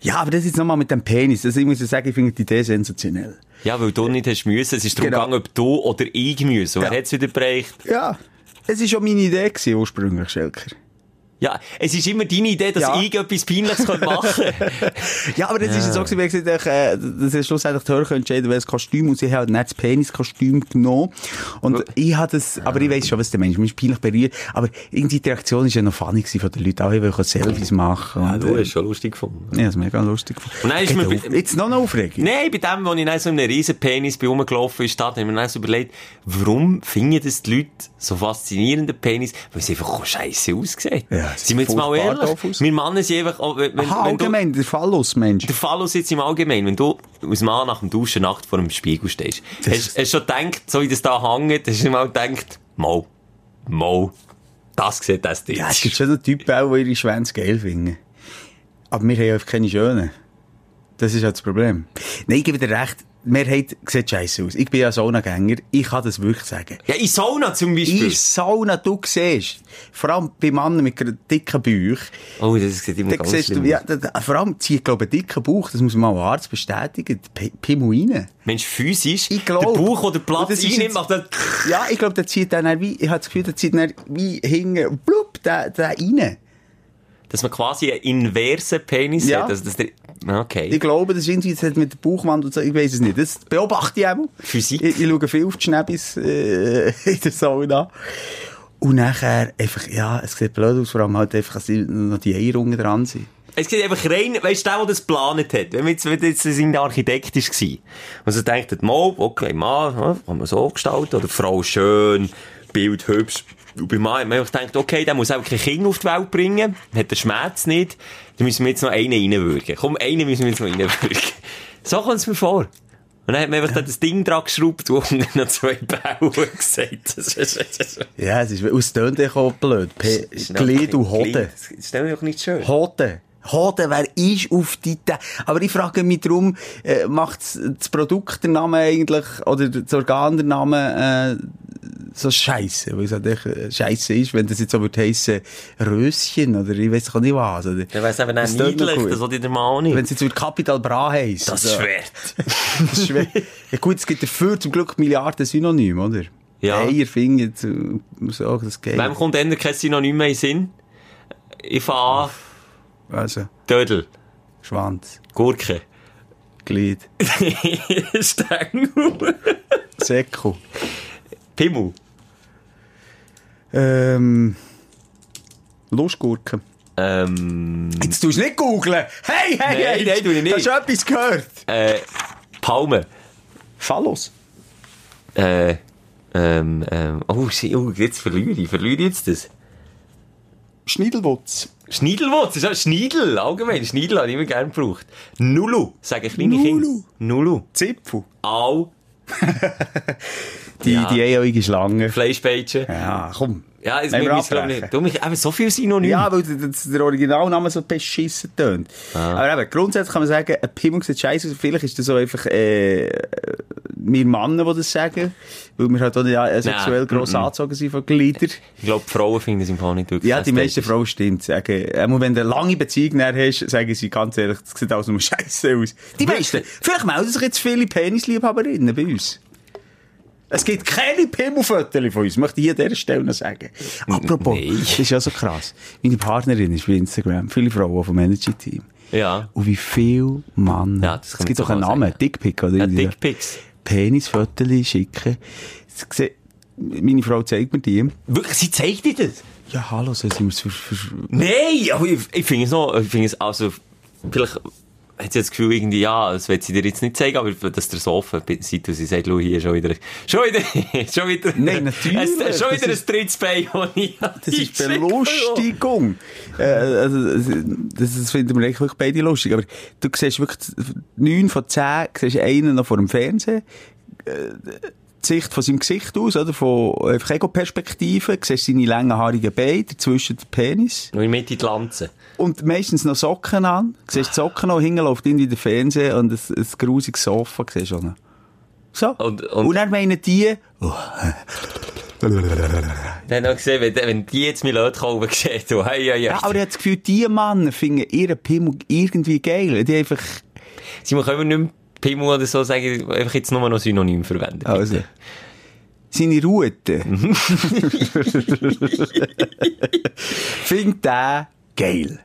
[SPEAKER 7] Ja, aber das jetzt nochmal mit dem Penis. Also ich muss ja sagen, ich finde die Idee sensationell.
[SPEAKER 6] Ja, weil du nicht hast müssen. Es ist darum
[SPEAKER 7] Genau.
[SPEAKER 6] gegangen, ob du oder ich müssen. Und
[SPEAKER 7] Ja.
[SPEAKER 6] er hat es wieder gebracht.
[SPEAKER 7] Ja. Es war schon meine Idee gewesen, ursprünglich, Schelker.
[SPEAKER 6] Ja, es ist immer deine Idee, dass
[SPEAKER 7] Ja.
[SPEAKER 6] ich etwas Peinliches könnte machen
[SPEAKER 7] Ja, aber das ist ja so gewesen, wie gesagt, ich, äh, das ist schlussendlich die Hörer entscheiden, welches Kostüm, und sie haben halt nicht das Peniskostüm genommen. Und ich habe das, aber ich weiss schon, was der Mensch, mich ist peinlich berührt, aber irgendwie die Reaktion war ja noch funny gewesen von den Leuten, auch ich wollte Selfies machen. und, äh,
[SPEAKER 6] schon lustig gefunden.
[SPEAKER 7] Ja, das ist mega lustig. gefunden.
[SPEAKER 6] Und dann ist
[SPEAKER 7] Geht
[SPEAKER 6] mir
[SPEAKER 7] auf.
[SPEAKER 6] bei-
[SPEAKER 7] Jetzt noch eine Aufregung.
[SPEAKER 6] Nein, bei dem, wo ich dann so mit einem riesen Penis bei rumgelaufen ist, da habe ich mir dann so überlegt, warum finden das die Leute so faszinierenden Penis, weil sie einfach scheiße aussehen.
[SPEAKER 7] Ja,
[SPEAKER 6] Sind wir jetzt mal
[SPEAKER 7] furchtbar doof
[SPEAKER 6] ehrlich?
[SPEAKER 7] aus.
[SPEAKER 6] Wir Männer sind einfach, auch wenn, wenn,
[SPEAKER 7] Aha,
[SPEAKER 6] wenn du,
[SPEAKER 7] allgemein, der Fallus, Mensch.
[SPEAKER 6] der Fallus jetzt im Allgemeinen, wenn du als Mann nach dem Duschen Nacht vor dem Spiegel stehst, hast du schon gedacht, so wie das da hängt, hast du mal gedacht, mal, mal, das sieht das jetzt.
[SPEAKER 7] Ja, es gibt schon noch Typen, auch, die ihre Schwänze geil finden. Aber wir haben ja einfach keine schönen. Das ist halt das Problem. Nein, ich gebe dir recht. Die Mehrheit sieht scheiße aus. Ich bin ja Saunagänger. Ich kann das wirklich sagen.
[SPEAKER 6] ja, in Sauna zum Beispiel.
[SPEAKER 7] In Sauna, du siehst, vor allem bei Männern mit einer dicken Bauch,
[SPEAKER 6] Oh, das sieht immer
[SPEAKER 7] dann
[SPEAKER 6] ganz
[SPEAKER 7] siehst du,
[SPEAKER 6] schlimm
[SPEAKER 7] ja,
[SPEAKER 6] aus.
[SPEAKER 7] da- da- vor allem zieht, glaube ich, einen dicken Bauch, das muss man mal Arzt bestätigen, die P- Pimmel rein.
[SPEAKER 6] Mensch, physisch,
[SPEAKER 7] Ich glaub-
[SPEAKER 6] der Bauch, der den
[SPEAKER 7] Und das
[SPEAKER 6] Platz
[SPEAKER 7] ist
[SPEAKER 6] einnimmt,
[SPEAKER 7] jetzt-
[SPEAKER 6] macht dann...
[SPEAKER 7] Ja, ich glaube, der zieht dann auch wie, ich habe das Gefühl, der zieht dann wie hinten, blub, der, der rein.
[SPEAKER 6] Dass man quasi einen inversen Penis
[SPEAKER 7] Ja.
[SPEAKER 6] hat. Also, dass der, okay.
[SPEAKER 7] Ich glaube, das ist irgendwie, das hat mit der Bauchwand und so, ich weiß es nicht. Das beobachte ich auch.
[SPEAKER 6] Physik.
[SPEAKER 7] Ich, ich schaue viel auf die Schnäbis, äh, in der Sauna. Und nachher einfach, ja, es sieht blöd aus, vor allem halt einfach, dass noch die Eierungen dran sind.
[SPEAKER 6] es geht einfach rein, weißt du, der, der das geplant hat. Wenn jetzt, wenn jetzt ein Architekt war. Und so denkt, er, mal, okay, Mann, ja, kann man so gestalten. Oder Frau schön, Bild hübsch. Und bei Mann hat man einfach gedacht, okay, der muss auch kein Kind auf die Welt bringen. Hat den Schmerz nicht. Dann müssen wir jetzt noch einen reinwürgen. Komm, einen müssen wir jetzt noch reinwürgen. So kommt es mir vor. Und dann hat man einfach da das Ding dran geschraubt und unten noch zwei Bälle gesagt. Das ist-
[SPEAKER 7] Ja, es ist, und es tönt echt auch blöd. Pe Glied und Hoden.
[SPEAKER 6] Stell mir doch nicht schön.
[SPEAKER 7] Hoden. Hoden, wer ist auf die Te Aber ich frage mich darum, äh, macht das Produkt den Namen eigentlich, oder das Organ den Namen, äh, so scheiße? Weil es halt echt äh, scheiße ist, wenn das jetzt so würde heissen, Röschen, oder ich weiß auch nicht was. Oder,
[SPEAKER 6] Der weiss eben
[SPEAKER 7] Das
[SPEAKER 6] auch
[SPEAKER 7] tönt noch
[SPEAKER 6] niedlich,
[SPEAKER 7] gut.
[SPEAKER 6] das will ich dir mal auch nicht.
[SPEAKER 7] wenn es jetzt würde Capital Bra heisst.
[SPEAKER 6] das
[SPEAKER 7] also,
[SPEAKER 6] Schwert.
[SPEAKER 7] das ist schwer. Ja gut, es gibt dafür zum Glück Milliarden Synonyme, oder?
[SPEAKER 6] Ja.
[SPEAKER 7] Eier, Finger, zu- so, das geht.
[SPEAKER 6] Wem kommt eher kein Synonym mehr in den Sinn? Ich fahre an.
[SPEAKER 7] Also,
[SPEAKER 6] Dödel.
[SPEAKER 7] Schwanz,
[SPEAKER 6] Gurke.
[SPEAKER 7] Glied,
[SPEAKER 6] Stängel.
[SPEAKER 7] Säckel.
[SPEAKER 6] Pimmel.
[SPEAKER 7] Ähm. Lustgurken.
[SPEAKER 6] Ähm,
[SPEAKER 7] Jetzt tust du nicht googeln! Hey, hey,
[SPEAKER 6] Nein,
[SPEAKER 7] hey!
[SPEAKER 6] nein, tu ich nicht.
[SPEAKER 7] Hast du etwas gehört?
[SPEAKER 6] äh, Palme.
[SPEAKER 7] Phallus.
[SPEAKER 6] Äh, ähm, ähm, oh, shit, oh, jetzt verliere ich. Verliere ich jetzt das?
[SPEAKER 7] Schneidelwutz.
[SPEAKER 6] Schneidelwurz, ist auch Schneidel, allgemein. Schneidel habe ich immer gerne gebraucht. Nulu, sagen kleine
[SPEAKER 7] Nulu.
[SPEAKER 6] Kinder. Nulu.
[SPEAKER 7] Zipfel.
[SPEAKER 6] Au,
[SPEAKER 7] Die,
[SPEAKER 6] Ja.
[SPEAKER 7] die einjährige Schlange.
[SPEAKER 6] Fleischbällchen.
[SPEAKER 7] Ja, komm.
[SPEAKER 6] Ja, jetzt
[SPEAKER 7] Nehmen wir
[SPEAKER 6] wir müssen
[SPEAKER 7] abbrechen.
[SPEAKER 6] nicht. Du, mich, eben so viel Synonym.
[SPEAKER 7] Ja, weil der- der- der Originalname so beschissen tönt.
[SPEAKER 6] Ah.
[SPEAKER 7] Aber eben, grundsätzlich kann man sagen, ein Pimmel sieht scheiße aus. Vielleicht ist das so einfach, äh, wir Männer, die das sagen. Weil wir halt auch nicht äh, sexuell gross angezogen sind von Gliedern.
[SPEAKER 6] Ich glaube, die Frauen finden es im Fall nicht wirklich.
[SPEAKER 7] Ja, die meisten
[SPEAKER 6] ästhetisch.
[SPEAKER 7] Frauen stimmt. Sagen, ähm, wenn du eine lange Beziehung dann hast, sagen sie ganz ehrlich, das sieht alles nur scheiße aus. Die meisten. Vielleicht melden sich jetzt viele Penisliebhaberinnen bei uns. Es gibt keine Pimmelfotos von uns, möchte ich hier an dieser Stelle noch sagen. Apropos,
[SPEAKER 6] nee.
[SPEAKER 7] das ist ja so krass. Meine Partnerin ist bei Instagram, viele Frauen vom Energy-Team.
[SPEAKER 6] Ja.
[SPEAKER 7] Und wie viel Mann.
[SPEAKER 6] Ja, das kann
[SPEAKER 7] es gibt doch
[SPEAKER 6] man so
[SPEAKER 7] einen
[SPEAKER 6] mal
[SPEAKER 7] Namen,
[SPEAKER 6] sagen.
[SPEAKER 7] Dickpick, oder?
[SPEAKER 6] Ja,
[SPEAKER 7] Irgendwie.
[SPEAKER 6] Dickpics.
[SPEAKER 7] Penisfotos schicken. Das gse- Meine Frau zeigt mir die.
[SPEAKER 6] Wirklich, sie zeigt dir das?
[SPEAKER 7] Ja, hallo, soll sie mir das für, für,
[SPEAKER 6] Nein, aber ich, ich finde es noch, ich finde es, also, vielleicht hat sie das Gefühl irgendwie, ja, das wird sie dir jetzt nicht zeigen, aber dass der Sofa sieht und sie sagt, schau hier, schon wieder, schon wieder, schon wieder.
[SPEAKER 7] Nein, natürlich,
[SPEAKER 6] Ein, schon
[SPEAKER 7] das
[SPEAKER 6] wieder ein
[SPEAKER 7] ist-
[SPEAKER 6] drittes Bein, das ich
[SPEAKER 7] Das ist
[SPEAKER 6] eingeschickt habe.
[SPEAKER 7] Belustigung. Äh, also, das, das finden wir eigentlich wirklich beide lustig. Aber du siehst wirklich, neun von zehn, siehst einen noch vor dem Fernsehen. Äh, die Sicht von seinem Gesicht aus, oder? Von äh, einfach Ego-Perspektive. Du siehst seine langhaarigen Beine, dazwischen den Penis.
[SPEAKER 6] Nur in der Mitte die Lanze.
[SPEAKER 7] Und meistens noch Socken an. Du siehst die Socken noch, hinten läuft irgendwie der Fernseher und ein, ein grusiges Sofa, siehst du auch noch. So.
[SPEAKER 6] Und- und-
[SPEAKER 7] dann meinen die, oh,
[SPEAKER 6] Dann habe ich gesehen, wenn, wenn die jetzt meine Leute kaufen, gesehen, du, hei, hei, hei.
[SPEAKER 7] Ja, aber ich habe das Gefühl, die Männer finden ihren Pimmel irgendwie geil. Die einfach,
[SPEAKER 6] Simon, können wir nicht mehr Pimmel oder so sagen, einfach jetzt nur noch Synonym verwenden. bitte.
[SPEAKER 7] oh, also, seine äh. Rute. Findet der geil.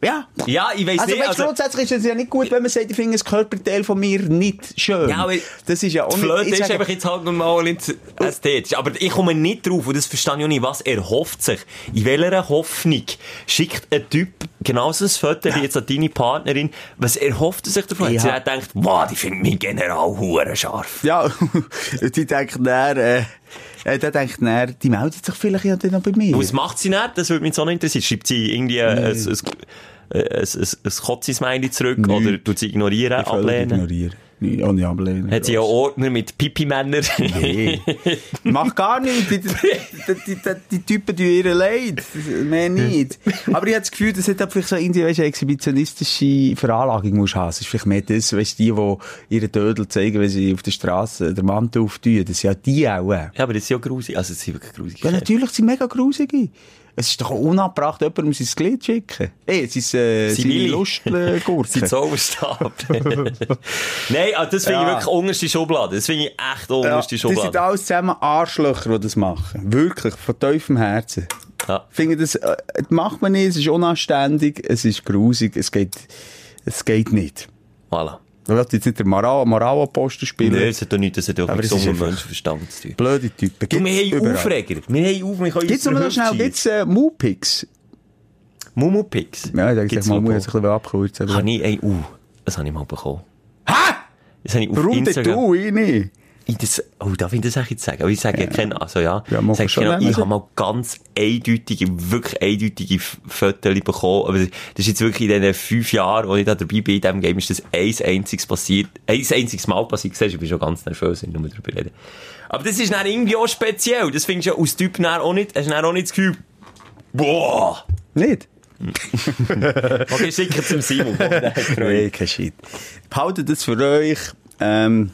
[SPEAKER 7] Ja.
[SPEAKER 6] Ja, ich weiss
[SPEAKER 7] Also,
[SPEAKER 6] nicht,
[SPEAKER 7] weißt,
[SPEAKER 6] also,
[SPEAKER 7] grundsätzlich ist es ja nicht gut, wenn man sagt, ich finde ein Körperteil von mir nicht schön.
[SPEAKER 6] Ja, aber-
[SPEAKER 7] das ist ja auch
[SPEAKER 6] die
[SPEAKER 7] nicht-
[SPEAKER 6] Flöte
[SPEAKER 7] ich
[SPEAKER 6] ist
[SPEAKER 7] sage-
[SPEAKER 6] einfach jetzt halt normal nicht ästhetisch. Aber ich komme nicht drauf, und das verstehe ich auch nicht, was er hofft sich. In welcher Hoffnung schickt ein Typ genau so ein Foto wie jetzt an deine Partnerin, was er hofft sich davon?
[SPEAKER 7] Ja.
[SPEAKER 6] Ja. Er denkt, wow, die findet mich generell hure scharf.
[SPEAKER 7] Ja, die denkt näher, äh, äh, der denkt näher, die meldet sich vielleicht ja dann noch bei mir.
[SPEAKER 6] Und Was macht sie nicht? Das würde mich so nicht interessieren. Schreibt sie irgendwie ein, ein, ein, ein, ein, ein Kotzi-Smiley zurück
[SPEAKER 7] Nö.
[SPEAKER 6] oder tut sie ignorieren,
[SPEAKER 7] Völlig
[SPEAKER 6] ablehnen?
[SPEAKER 7] Ignorieren. Nee, ohne ablehnen.
[SPEAKER 6] Hat sie ja Ordner mit Pipi-Männer?
[SPEAKER 7] Nee. Mach gar nichts. Die, die, die, die, die Typen tun ihr Leid. Mehr nicht. Aber ich habe das Gefühl, das hat halt vielleicht so irgendwie, weißt, eine exhibitionistische Veranlagung musst haben. Es ist vielleicht mehr das, weißt, die, die ihre Dödel zeigen, wenn sie auf der Straße den Mantel auftun. Das sind ja die auch. Ja,
[SPEAKER 6] Ja, aber das ist ja grusig. Also, das ist wirklich grusig.
[SPEAKER 7] natürlich sind mega grusige. Es ist doch unabbracht, jemandem sein Glied zu schicken. Ey, es ist, äh,
[SPEAKER 6] Seine
[SPEAKER 7] seine
[SPEAKER 6] Willi.
[SPEAKER 7] Lustgurke.
[SPEAKER 6] Sein Zauberstab. Nein, also das finde
[SPEAKER 7] Ja.
[SPEAKER 6] ich wirklich unterste Schublade. Das finde ich echt unterste
[SPEAKER 7] das sind
[SPEAKER 6] Schublade.
[SPEAKER 7] alles zusammen Arschlöcher, die das machen. Wirklich, von tiefem Herzen.
[SPEAKER 6] Ja.
[SPEAKER 7] Finde das, äh, das macht man nicht, es ist unanständig, es ist grusig, es geht, es geht nicht.
[SPEAKER 6] Ah, Voilà.
[SPEAKER 7] Ich will jetzt nicht der Moral- Moralapostel spielen.
[SPEAKER 6] Nein, das hat doch nichts, das hat doch
[SPEAKER 7] Aber
[SPEAKER 6] mit
[SPEAKER 7] es ist
[SPEAKER 6] gesundem
[SPEAKER 7] einfach-
[SPEAKER 6] Menschenverstand zu tun.
[SPEAKER 7] Blöde Typen.
[SPEAKER 6] Du,
[SPEAKER 7] Gibt's
[SPEAKER 6] wir haben
[SPEAKER 7] überall.
[SPEAKER 6] Aufreger. Wir haben auf, wir können
[SPEAKER 7] Gibt's nur noch schnell, gibt's äh, Mupics?
[SPEAKER 6] Mumupix?
[SPEAKER 7] Ja, ich denke, ich
[SPEAKER 6] Gibt's
[SPEAKER 7] sag mal, muss
[SPEAKER 6] noch
[SPEAKER 7] ich
[SPEAKER 6] wo?
[SPEAKER 7] jetzt ein bisschen abkürzen. aber-
[SPEAKER 6] Kann ich, ey, uh, das habe ich mal bekommen.
[SPEAKER 7] Hä?
[SPEAKER 6] Das habe ich auf
[SPEAKER 7] Warum denn
[SPEAKER 6] Instagram.
[SPEAKER 7] du, ich nicht?
[SPEAKER 6] Ich das, oh, darf ich das eigentlich jetzt sagen? Aber ich sage ja, keinen, also ja.
[SPEAKER 7] Ja, mach
[SPEAKER 6] Sag
[SPEAKER 7] schon,
[SPEAKER 6] genau,
[SPEAKER 7] nehmen
[SPEAKER 6] ich
[SPEAKER 7] Sie.
[SPEAKER 6] habe mal ganz eindeutige, wirklich eindeutige F- Fotos bekommen. Aber das ist jetzt wirklich in diesen fünf Jahren, wo ich da dabei bin, in diesem Game, ist das ein einziges passiert, ein einziges Mal passiert. Siehst du, ich bin schon ganz nervös, wenn ich nur darüber rede. Aber das ist dann irgendwie auch speziell. Das findest du ja aus Typ dann auch nicht, hast du dann auch nicht das Gefühl, boah,
[SPEAKER 7] Nicht?
[SPEAKER 6] mag ich sicher zum Simon.
[SPEAKER 7] Nee, kein Shit. Behaltet das für euch. Ähm,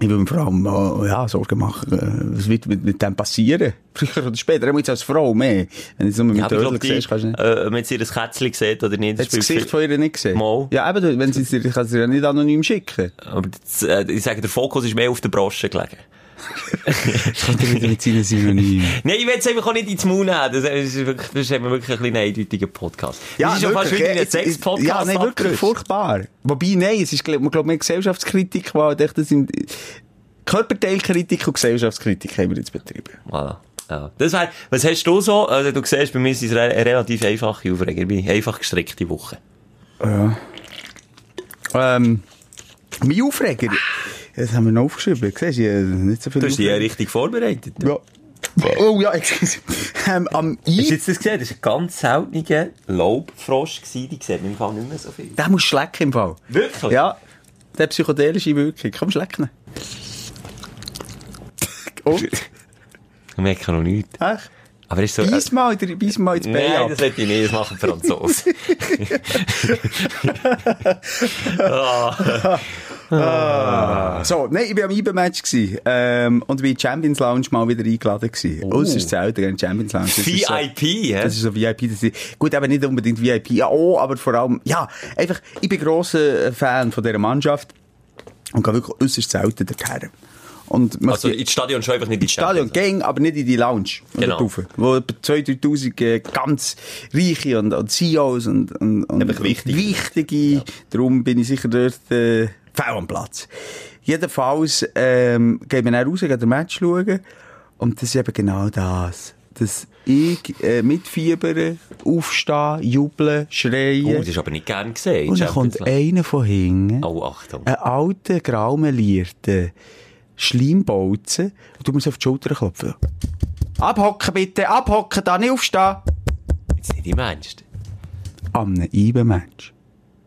[SPEAKER 7] ich würde mir vor allem äh, ja, Sorgen machen, äh, was wird mit, mit dem passieren? Früher oder später, er muss jetzt als Frau mehr. Wenn du es nur mit
[SPEAKER 6] Ja,
[SPEAKER 7] ja,
[SPEAKER 6] aber ich glaube,
[SPEAKER 7] Dödel
[SPEAKER 6] die,
[SPEAKER 7] siehst, kannst du nicht.
[SPEAKER 6] äh, wenn sie ihr Kätzchen sieht oder nicht,
[SPEAKER 7] Hat das
[SPEAKER 6] spielt
[SPEAKER 7] Gesicht
[SPEAKER 6] viel-
[SPEAKER 7] von ihr nicht gesehen?
[SPEAKER 6] Mal.
[SPEAKER 7] Ja, eben, du- wenn sie es dir, kann sie dir ja nicht anonym schicken.
[SPEAKER 6] Aber das, äh, ich sage, der Fokus ist mehr auf der Brosche gelegen.
[SPEAKER 7] Das kommt ja wieder mit seinen Synonymen.
[SPEAKER 6] Nein, ich will es einfach auch nicht ins Maul nehmen. Das ist wirklich, das ist eben wirklich ein kleiner eindeutiger Podcast. das ist schon fast wieder
[SPEAKER 7] ja,
[SPEAKER 6] ein
[SPEAKER 7] jetzt-
[SPEAKER 6] Sex-Podcast.
[SPEAKER 7] Ja, nein, wirklich,
[SPEAKER 6] abgerissen.
[SPEAKER 7] furchtbar. Wobei, nein, es ist, glaub- man glaubt, mehr Gesellschaftskritik, weil ich dachte, das sind Körperteilkritik und Gesellschaftskritik haben wir jetzt betrieben.
[SPEAKER 6] Voilà. Ja. Das wär, was hast du so? Also, du siehst, bei mir ist es re eine relativ einfache Aufreger. Ich bin einfach gestrickte Woche.
[SPEAKER 7] Ähm, mein Aufreger. Das haben wir noch aufgeschrieben. Siehst du, ich habe nicht so viel.
[SPEAKER 6] Du hast dich ja
[SPEAKER 7] Aufreger.
[SPEAKER 6] richtig vorbereitet.
[SPEAKER 7] Ja. Oh ja, excuse. Ähm, am
[SPEAKER 6] Hast du
[SPEAKER 7] I.
[SPEAKER 6] jetzt das gesehen? Das war ein ganz seltener Laubfrosch. gewesen. Die sieht man im Fall nicht mehr so viel.
[SPEAKER 7] Den musst du schlecken im Fall.
[SPEAKER 6] Wirklich?
[SPEAKER 7] Ja. Der psychedelische Wirkung. Komm, schlecken. Und?
[SPEAKER 6] Ich merke noch nichts.
[SPEAKER 7] Echt?
[SPEAKER 6] Aber ist so...
[SPEAKER 7] Beiß mal, in der- beiß mal ins Bein
[SPEAKER 6] Nein,
[SPEAKER 7] ab.
[SPEAKER 6] das hätte ich nicht, das machen die Franzosen. Ah.
[SPEAKER 7] So, nein, ich war am IBE-Match gewesen, ähm, und bin in die Champions Lounge mal wieder eingeladen gewesen. Oh. Äußerst selten in die Champions Lounge. dus, Das ist so-
[SPEAKER 6] VIP, hä?
[SPEAKER 7] Das ist so VIP. Das ist, gut, aber nicht unbedingt VIP. Ja, oh, aber vor allem, ja, einfach, ich bin grosser Fan von dieser Mannschaft und gehe wirklich äußerst selten dorthin. Und man
[SPEAKER 6] Also,
[SPEAKER 7] geht
[SPEAKER 6] ins Stadion schon einfach nicht ins
[SPEAKER 7] ins Stadion ging, aber nicht in die Lounge. und
[SPEAKER 6] Genau.
[SPEAKER 7] dort rauf, Wo etwa 2000, 3000 äh, ganz reiche und, und CEOs und, und, und
[SPEAKER 6] Einfach wichtige.
[SPEAKER 7] wichtige. Darum bin ich sicher dort äh, fehl am Platz. Jedenfalls ähm, gehen wir dann raus, gehen den Match schauen. Und das ist eben genau das. Dass ich äh, mitfiebern, aufstehen, jubeln, schreien.
[SPEAKER 6] Oh, das ist aber nicht gern gesehen.
[SPEAKER 7] und dann kommt einer von hinten.
[SPEAKER 6] Oh, Achtung.
[SPEAKER 7] Ein alter, graumelierter Schleimbolzen. Und du musst auf die Schulter klopfen. Abhocken bitte, abhocken, da nicht aufstehen.
[SPEAKER 6] Jetzt nicht im Ernst.
[SPEAKER 7] An einem Eibenmatch.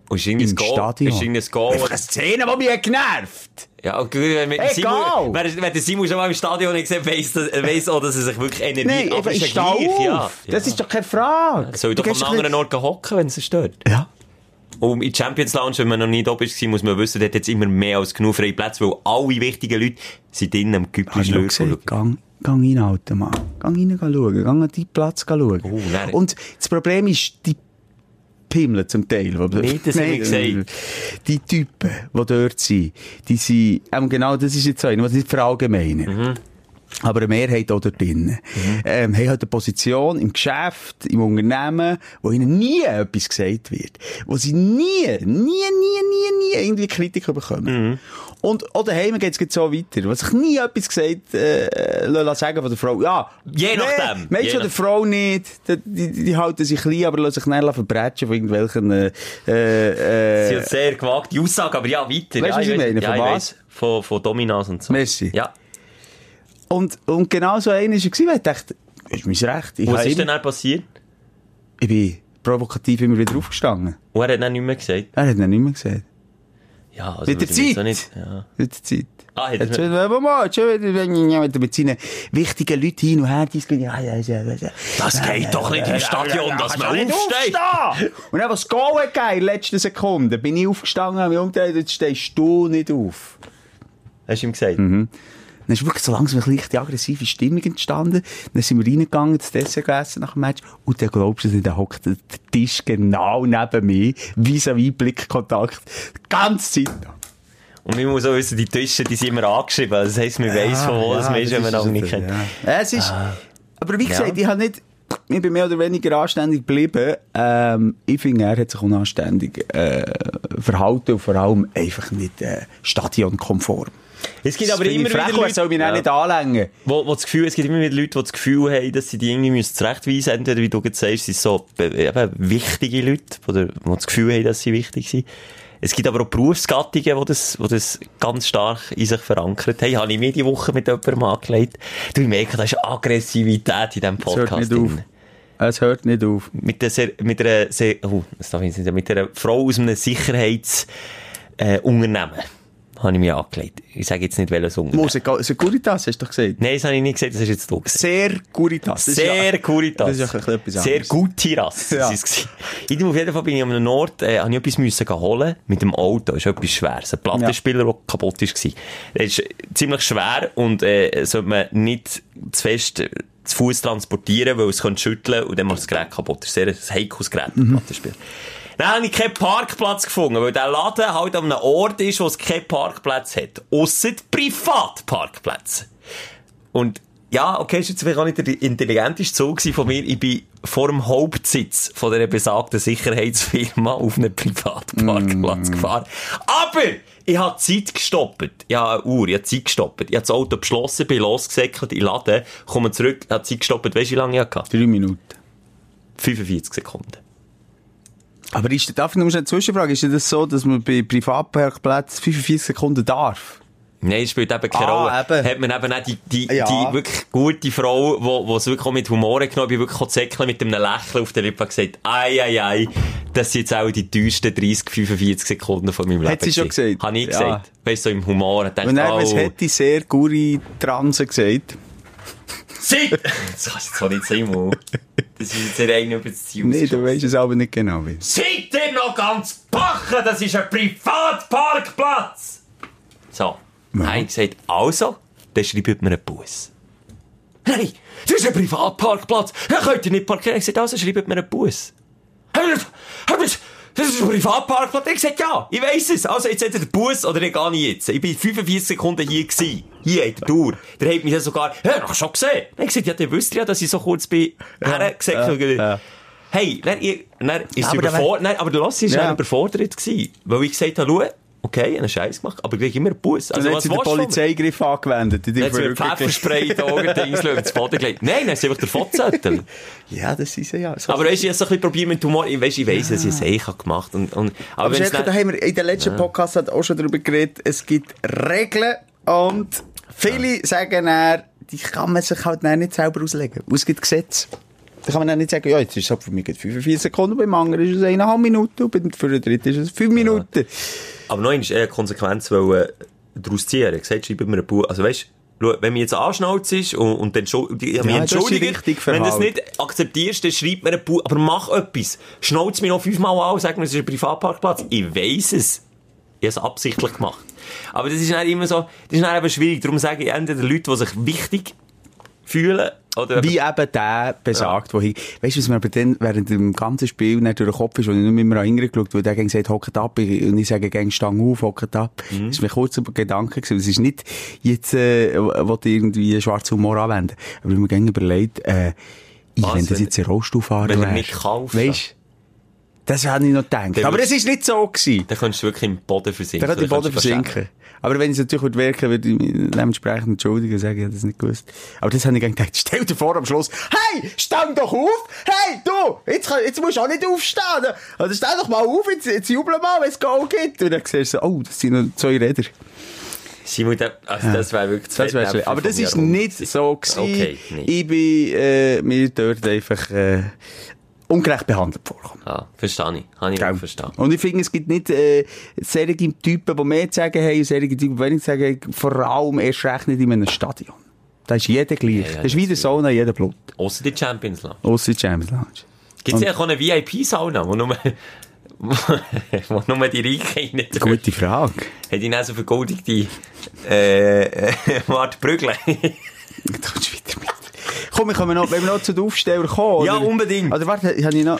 [SPEAKER 6] Und ist irgendein
[SPEAKER 7] Im
[SPEAKER 6] Goal?
[SPEAKER 7] Stadion.
[SPEAKER 6] Ist irgendein Goal?
[SPEAKER 7] Einfach eine Szene, die mich hat genervt
[SPEAKER 6] Ja, okay, wenn, wenn,
[SPEAKER 7] Egal.
[SPEAKER 6] Simon, wenn, wenn der Simon schon mal im Stadion nicht gesehen weiss, dass, weiss auch, dass er sich wirklich Energie
[SPEAKER 7] Nein,
[SPEAKER 6] aber
[SPEAKER 7] einfach,
[SPEAKER 6] ist
[SPEAKER 7] ich
[SPEAKER 6] ja
[SPEAKER 7] stehe
[SPEAKER 6] gleich,
[SPEAKER 7] auf.
[SPEAKER 6] ja.
[SPEAKER 7] Das
[SPEAKER 6] ja.
[SPEAKER 7] ist doch keine Frage.
[SPEAKER 6] Soll
[SPEAKER 7] Du
[SPEAKER 6] doch
[SPEAKER 7] gehst
[SPEAKER 6] am anderen
[SPEAKER 7] nicht-
[SPEAKER 6] Ort hocken, wenn es ihn stört.
[SPEAKER 7] Ja.
[SPEAKER 6] Und in der Champions Lounge, wenn man noch nie da war, muss man wissen, dort hat jetzt immer mehr als genug freie Plätze, weil alle wichtigen Leute sind innen am Küppli
[SPEAKER 7] Hast du noch
[SPEAKER 6] schlürfen.
[SPEAKER 7] gesehen, Gang Gang reinhalten, Mann. Gang rein schauen. Gang an deinen Platz schauen.
[SPEAKER 6] Oh, nein.
[SPEAKER 7] Und das Problem ist, die Pimmel zum Teil. die-
[SPEAKER 6] Nein, das hab ich
[SPEAKER 7] Nein, Die Typen, die dort sind, die sind, ähm, genau das ist jetzt so einer, was nicht verallgemeinert. Aber eine Mehrheit auch dort drinnen.
[SPEAKER 6] Mhm.
[SPEAKER 7] Ähm, haben halt eine Position im Geschäft, im Unternehmen, wo ihnen nie etwas gesagt wird. Wo sie nie, nie, nie, nie, nie irgendwie Kritik
[SPEAKER 6] Mhm.
[SPEAKER 7] bekommen. Und auch daheim geht es so weiter. Was ich nie etwas gesagt, äh, lassen lassen sagen von der Frau. Ja.
[SPEAKER 6] Je nachdem.
[SPEAKER 7] Nee,
[SPEAKER 6] Je
[SPEAKER 7] Mädchen oder
[SPEAKER 6] nach-
[SPEAKER 7] Frau nicht. Die, die, die halten sich klein, aber lassen sich nicht verbrechen von irgendwelchen, äh, äh,
[SPEAKER 6] Sie hat sehr gewagt, die Aussage, aber ja, weiter.
[SPEAKER 7] Weißt du,
[SPEAKER 6] ja,
[SPEAKER 7] was ich
[SPEAKER 6] weiss-
[SPEAKER 7] meine?
[SPEAKER 6] Ja,
[SPEAKER 7] Von
[SPEAKER 6] ich
[SPEAKER 7] was?
[SPEAKER 6] weiss. Von, von Dominas und so.
[SPEAKER 7] Merci.
[SPEAKER 6] Ja.
[SPEAKER 7] Und, und genau so einer war, weil ich dachte, das ist mein Recht. Ich,
[SPEAKER 6] Was
[SPEAKER 7] habe
[SPEAKER 6] ist
[SPEAKER 7] immer-
[SPEAKER 6] denn dann passiert?
[SPEAKER 7] ich bin provokativ immer wieder aufgestanden.
[SPEAKER 6] Und er hat dann nicht mehr gesagt.
[SPEAKER 7] Er hat ihn nicht mehr gesehen.
[SPEAKER 6] Ja, also,
[SPEAKER 7] Mit der
[SPEAKER 6] würde ich jetzt
[SPEAKER 7] Zeit.
[SPEAKER 6] auch nicht- Ja.
[SPEAKER 7] Mit der Zeit.
[SPEAKER 6] Ah, hat
[SPEAKER 7] Jetzt
[SPEAKER 6] er-
[SPEAKER 7] wird er aber mal, schon wieder, wenn ich- wenn er mit seinen wichtigen Leuten hin und her diskutiert. Ja, ja, ja, ja, ja.
[SPEAKER 6] Das geht doch nicht Äh, im Stadion, dass man aufsteht.
[SPEAKER 7] Und dann, was Goal gegeben hat in der letzten Sekunde, bin ich aufgestanden, habe mich umgedreht, jetzt stehst du nicht auf.
[SPEAKER 6] Hast du ihm gesagt?
[SPEAKER 7] Mhm. Dann ist wirklich so langsam eine leichte aggressive Stimmung entstanden. Dann sind wir reingegangen, das Dessert gegessen nach dem Match. Und dann glaubst du es nicht, dann hockt der Tisch genau neben mir, vis-à-vis Blickkontakt, die ganze Zeit. noch.
[SPEAKER 6] Und ich muss auch wissen, die Tische, die sind immer angeschrieben. Also das heisst, man weiss, von wo
[SPEAKER 7] Ah, Ja,
[SPEAKER 6] das man ist, wenn man
[SPEAKER 7] das
[SPEAKER 6] auch nicht
[SPEAKER 7] es,
[SPEAKER 6] kennt.
[SPEAKER 7] Ja. Es ist, aber wie gesagt, ich habe nicht, ich bin mehr oder weniger anständig geblieben. Ähm, ich finde, er hat sich unanständig äh, verhalten und vor allem einfach nicht äh, stadionkonform.
[SPEAKER 6] Es gibt aber
[SPEAKER 7] Das finde
[SPEAKER 6] immer
[SPEAKER 7] ich frech,
[SPEAKER 6] wieder
[SPEAKER 7] und er soll
[SPEAKER 6] Leute,
[SPEAKER 7] mich auch nicht
[SPEAKER 6] ja,
[SPEAKER 7] anlängen.
[SPEAKER 6] wo, wo das Gefühl, es gibt immer wieder Leute, die das Gefühl haben, dass sie die irgendwie müssen zurechtweisen Entweder, wie du gerade sagst, sind so be- eben wichtige Leute, oder, die das Gefühl haben, dass sie wichtig sind. Es gibt aber auch Berufsgattungen, die das, die das ganz stark in sich verankert haben. Habe ich mir die Woche mit jemandem angelegt. Du, ich merke, da ist Aggressivität in diesem
[SPEAKER 7] Es hört
[SPEAKER 6] Podcast.
[SPEAKER 7] nicht auf.
[SPEAKER 6] drin.
[SPEAKER 7] Es hört nicht auf.
[SPEAKER 6] mit der, sehr, mit einer, sehr, oh, das darf ich jetzt nicht, sagen, mit einer Frau aus einem Sicherheitsunternehmen äh, Unternehmen habe ich mich angelegt. Ich sage jetzt nicht, welches Unternehmen.
[SPEAKER 7] Musiker, Securitas, hast du doch gesagt.
[SPEAKER 6] Nein, das habe ich nicht gesagt, das hast jetzt du gesagt.
[SPEAKER 7] Sehr Curitas. Das
[SPEAKER 6] Sehr
[SPEAKER 7] ist ja,
[SPEAKER 6] Curitas.
[SPEAKER 7] Das ist ja ein bisschen etwas
[SPEAKER 6] Sehr
[SPEAKER 7] anderes.
[SPEAKER 6] gute Rasse.
[SPEAKER 7] Ja.
[SPEAKER 6] Ja. Auf jeden Fall bin ich an einem Ort, äh, habe ich etwas müssen gehen holen mit dem Auto. Das ist etwas Schweres. Ein Plattenspieler, der kaputt ist, war. Der ist ziemlich schwer und äh, sollte man nicht zu fest äh, zu Fuß transportieren, weil es könnte schütteln und dann macht das Gerät kaputt. Das ist sehr ein heikles Gerät,
[SPEAKER 7] Mhm.
[SPEAKER 6] ein Plattenspieler. Dann habe ich keinen Parkplatz gefunden, weil der Laden halt an einem Ort ist, wo es keinen Parkplatz hat. Ausser Privatparkplätze. Und ja, okay, ist jetzt vielleicht auch nicht der intelligenteste Zug gewesen von mir. Ich bin vor dem Hauptsitz von dieser besagten Sicherheitsfirma auf einen Privatparkplatz gefahren. Aber ich habe die Zeit gestoppt. Ich habe eine Uhr, ich habe die Zeit gestoppt. Ich habe das Auto beschlossen, bin losgesäckelt, ich lade, komme zurück, habe die Zeit gestoppt. Weißt du, wie lange ich hatte?
[SPEAKER 7] Drei Minuten.
[SPEAKER 6] 45 Sekunden.
[SPEAKER 7] Aber ist, das- darf ich nur schnell eine Zwischenfrage? Ist das so, dass man bei Privatparkplätzen 45 Sekunden darf?
[SPEAKER 6] Nein, es spielt eben keine Rolle.
[SPEAKER 7] Ah, eben.
[SPEAKER 6] Hat man eben auch die, die,
[SPEAKER 7] Ja.
[SPEAKER 6] die wirklich gute Frau, die wo, es wirklich auch mit Humor hat genommen hat, wirklich auch die Säckchen mit einem Lächeln auf der Lippe gesagt, ei, ei, ei, das sind jetzt auch die teuersten 30, 45 Sekunden von meinem Leben.
[SPEAKER 7] Hat sie schon
[SPEAKER 6] gewesen.
[SPEAKER 7] gesagt?
[SPEAKER 6] Habe ich
[SPEAKER 7] Ja.
[SPEAKER 6] gesagt. Weißt du, so im Humor. Ich
[SPEAKER 7] Und dann, was
[SPEAKER 6] dachte, oh,
[SPEAKER 7] hätte ich sehr Guri-Transe gesagt?
[SPEAKER 6] Zeit! Das kannst du jetzt auch nicht sein, Mo. Das ist jetzt rein über das Ziel.
[SPEAKER 7] Nee, du weißt es aber nicht genau. Wie.
[SPEAKER 6] Seid ihr noch ganz bachen? Das ist ein Privatparkplatz! So. Nein, gesagt, also, dann schreibt mir einen Bus. Nein, das ist ein Privatparkplatz. Da könnt ihr nicht parkieren. Ich gesagt, also schreibt mir einen Bus. Das ist ein Privatparkplatz. Ich gesagt, ja, ich weiss es. Also, jetzt hat er den Bus oder ich gehe nicht jetzt. Ich bin 45 Sekunden hier gewesen. Hier, in der Tour. Der hat mich ja sogar, ja, ich schon gesehen. Dann hab ich gesagt, ja, der wüsste ja, dass ich so kurz bin. hergesagt.
[SPEAKER 7] ja.
[SPEAKER 6] Hey, dann, ich, dann ist
[SPEAKER 7] Aber
[SPEAKER 6] aber
[SPEAKER 7] dann wär-
[SPEAKER 6] überfordert. Oh, Nein, aber der Lassi war
[SPEAKER 7] Ja.
[SPEAKER 6] ja. überfordert. Gewesen, weil ich gesagt habe, schau, okay, ich habe einen Scheiß gemacht, aber ich kriege immer einen Bus.
[SPEAKER 7] Also
[SPEAKER 6] Also,
[SPEAKER 7] dann hat
[SPEAKER 6] was
[SPEAKER 7] sie den
[SPEAKER 6] willst du von mir?
[SPEAKER 7] Polizeigriff angewendet. in die
[SPEAKER 6] Dann hat sie mir
[SPEAKER 7] Verrückten.
[SPEAKER 6] Pfefferspray in die Augen, den Insel über den Boden gelegt. Nein, dann hat sie einfach den Fotzzettel.
[SPEAKER 7] Ja, das ist ja. So
[SPEAKER 6] aber weißt du, ich habe so ein bisschen probiert mit Humor. Ich weiss, ich weiss, dass ich es eigentlich habe gemacht und, und Aber,
[SPEAKER 7] Aber
[SPEAKER 6] wenn es
[SPEAKER 7] Schäfer, da
[SPEAKER 6] dann...
[SPEAKER 7] haben wir in den letzten Podcast hat auch schon darüber geredet, es gibt Regeln und viele sagen dann, die kann man sich halt dann nicht selber auslegen. Und es gibt Gesetze. Da kann man dann nicht sagen, nou ja, jetzt ist es halt für mich gerade 45 Sekunden, beim anderen ist es eineinhalb Minuten und beim- für den dritten ist es fünf Minuten.
[SPEAKER 6] Aber noch einmal, äh, Konsequenz wollen, äh, daraus ziehen. Ich habe gesagt, schreib mir einen Bus. Also weißt du, schau, wenn mich jetzt anschnauzt ist und, und dann schu- ich habe mich
[SPEAKER 7] Ja, das ist
[SPEAKER 6] entschuldigt,
[SPEAKER 7] richtig
[SPEAKER 6] wenn du das
[SPEAKER 7] Verhalten.
[SPEAKER 6] nicht akzeptierst, dann schreib mir einen Bus. Aber mach etwas. Schnauz mich noch fünfmal an und sag mir, es ist ein Privatparkplatz. Ich weiss es. Ich habe es absichtlich gemacht. Aber das ist dann immer so, das ist dann eben schwierig. Darum sage ich entweder Leute, die sich wichtig fühlen. Oder
[SPEAKER 7] Wie eben der besagt, wohin. Weißt du, was mir aber dann während dem ganzen Spiel nicht durch den Kopf ist, und ich nicht mehr an ihn geschaut weil der gegen sagt, hockt ab, ich- und ich sage, gegen Stang auf, hockt ab.
[SPEAKER 6] Mhm.
[SPEAKER 7] Das ist mir kurz ein Gedanke gewesen. Es ist nicht jetzt, äh, wo du irgendwie schwarzen Humor anwenden. Aber ich hab mir gegen überlegt, äh, ich,
[SPEAKER 6] Was,
[SPEAKER 7] wenn das
[SPEAKER 6] wenn-
[SPEAKER 7] jetzt ein Rollstuhlfahrer
[SPEAKER 6] wenn er
[SPEAKER 7] wär,
[SPEAKER 6] nicht kauft?
[SPEAKER 7] Weißt das habe ich noch gedacht.
[SPEAKER 6] Dann
[SPEAKER 7] aber
[SPEAKER 6] würdest-
[SPEAKER 7] es ist nicht so gewesen.
[SPEAKER 6] Dann könntest du wirklich im Boden versinken.
[SPEAKER 7] Der hat den
[SPEAKER 6] Dann
[SPEAKER 7] Boden
[SPEAKER 6] kannst du fast-
[SPEAKER 7] versinken. Aber wenn es natürlich würde wirken, würde ich mich dementsprechend entschuldigen und sagen, ich hätte das nicht gewusst. Aber das habe ich gerne gedacht. Stell dir vor am Schluss, hey, stang doch auf! Hey, du, jetzt, kann, jetzt musst du auch nicht aufstehen. Oder steh doch mal auf, jetzt, jetzt jubel mal, wenn es Goal gibt. Und dann siehst du so, oh, das sind noch zwei Räder.
[SPEAKER 6] Simon, der- also das wäre wirklich
[SPEAKER 7] Das wär's.
[SPEAKER 6] Fettnäpfchen
[SPEAKER 7] Aber das
[SPEAKER 6] vom
[SPEAKER 7] ist
[SPEAKER 6] Jahrhundert.
[SPEAKER 7] nicht so gewesen.
[SPEAKER 6] Okay, nicht.
[SPEAKER 7] Ich bin äh, mir dort einfach äh, ungerecht behandelt vorgekommen.
[SPEAKER 6] Ah, verstehe ich. Habe ich
[SPEAKER 7] Gell.
[SPEAKER 6] auch verstanden.
[SPEAKER 7] Und ich finde, es gibt nicht äh, solche Typen, die mehr zu sagen haben und solche Typen, die weniger zu sagen haben. Vor allem erst recht nicht in einem Stadion. Da ist jeder gleich.
[SPEAKER 6] Ja, ja,
[SPEAKER 7] das ist wie
[SPEAKER 6] das
[SPEAKER 7] der Sauna, jeder Blut.
[SPEAKER 6] Außer die Champions League.
[SPEAKER 7] Ausser die Champions Lounge.
[SPEAKER 6] Gibt es ja auch eine VIP-Sauna, wo nur, wo nur die Reichen rein dürfen?
[SPEAKER 7] Gute Frage.
[SPEAKER 6] Hätte ich dann so vergoldigte, äh, äh, Mart Brüggle.
[SPEAKER 7] Du kommst weiter mit. Komm, wir kommen noch, wenn wir noch zu den Aufstellern kommen.
[SPEAKER 6] Ja,
[SPEAKER 7] oder?
[SPEAKER 6] unbedingt.
[SPEAKER 7] Oder warte, habe ich noch...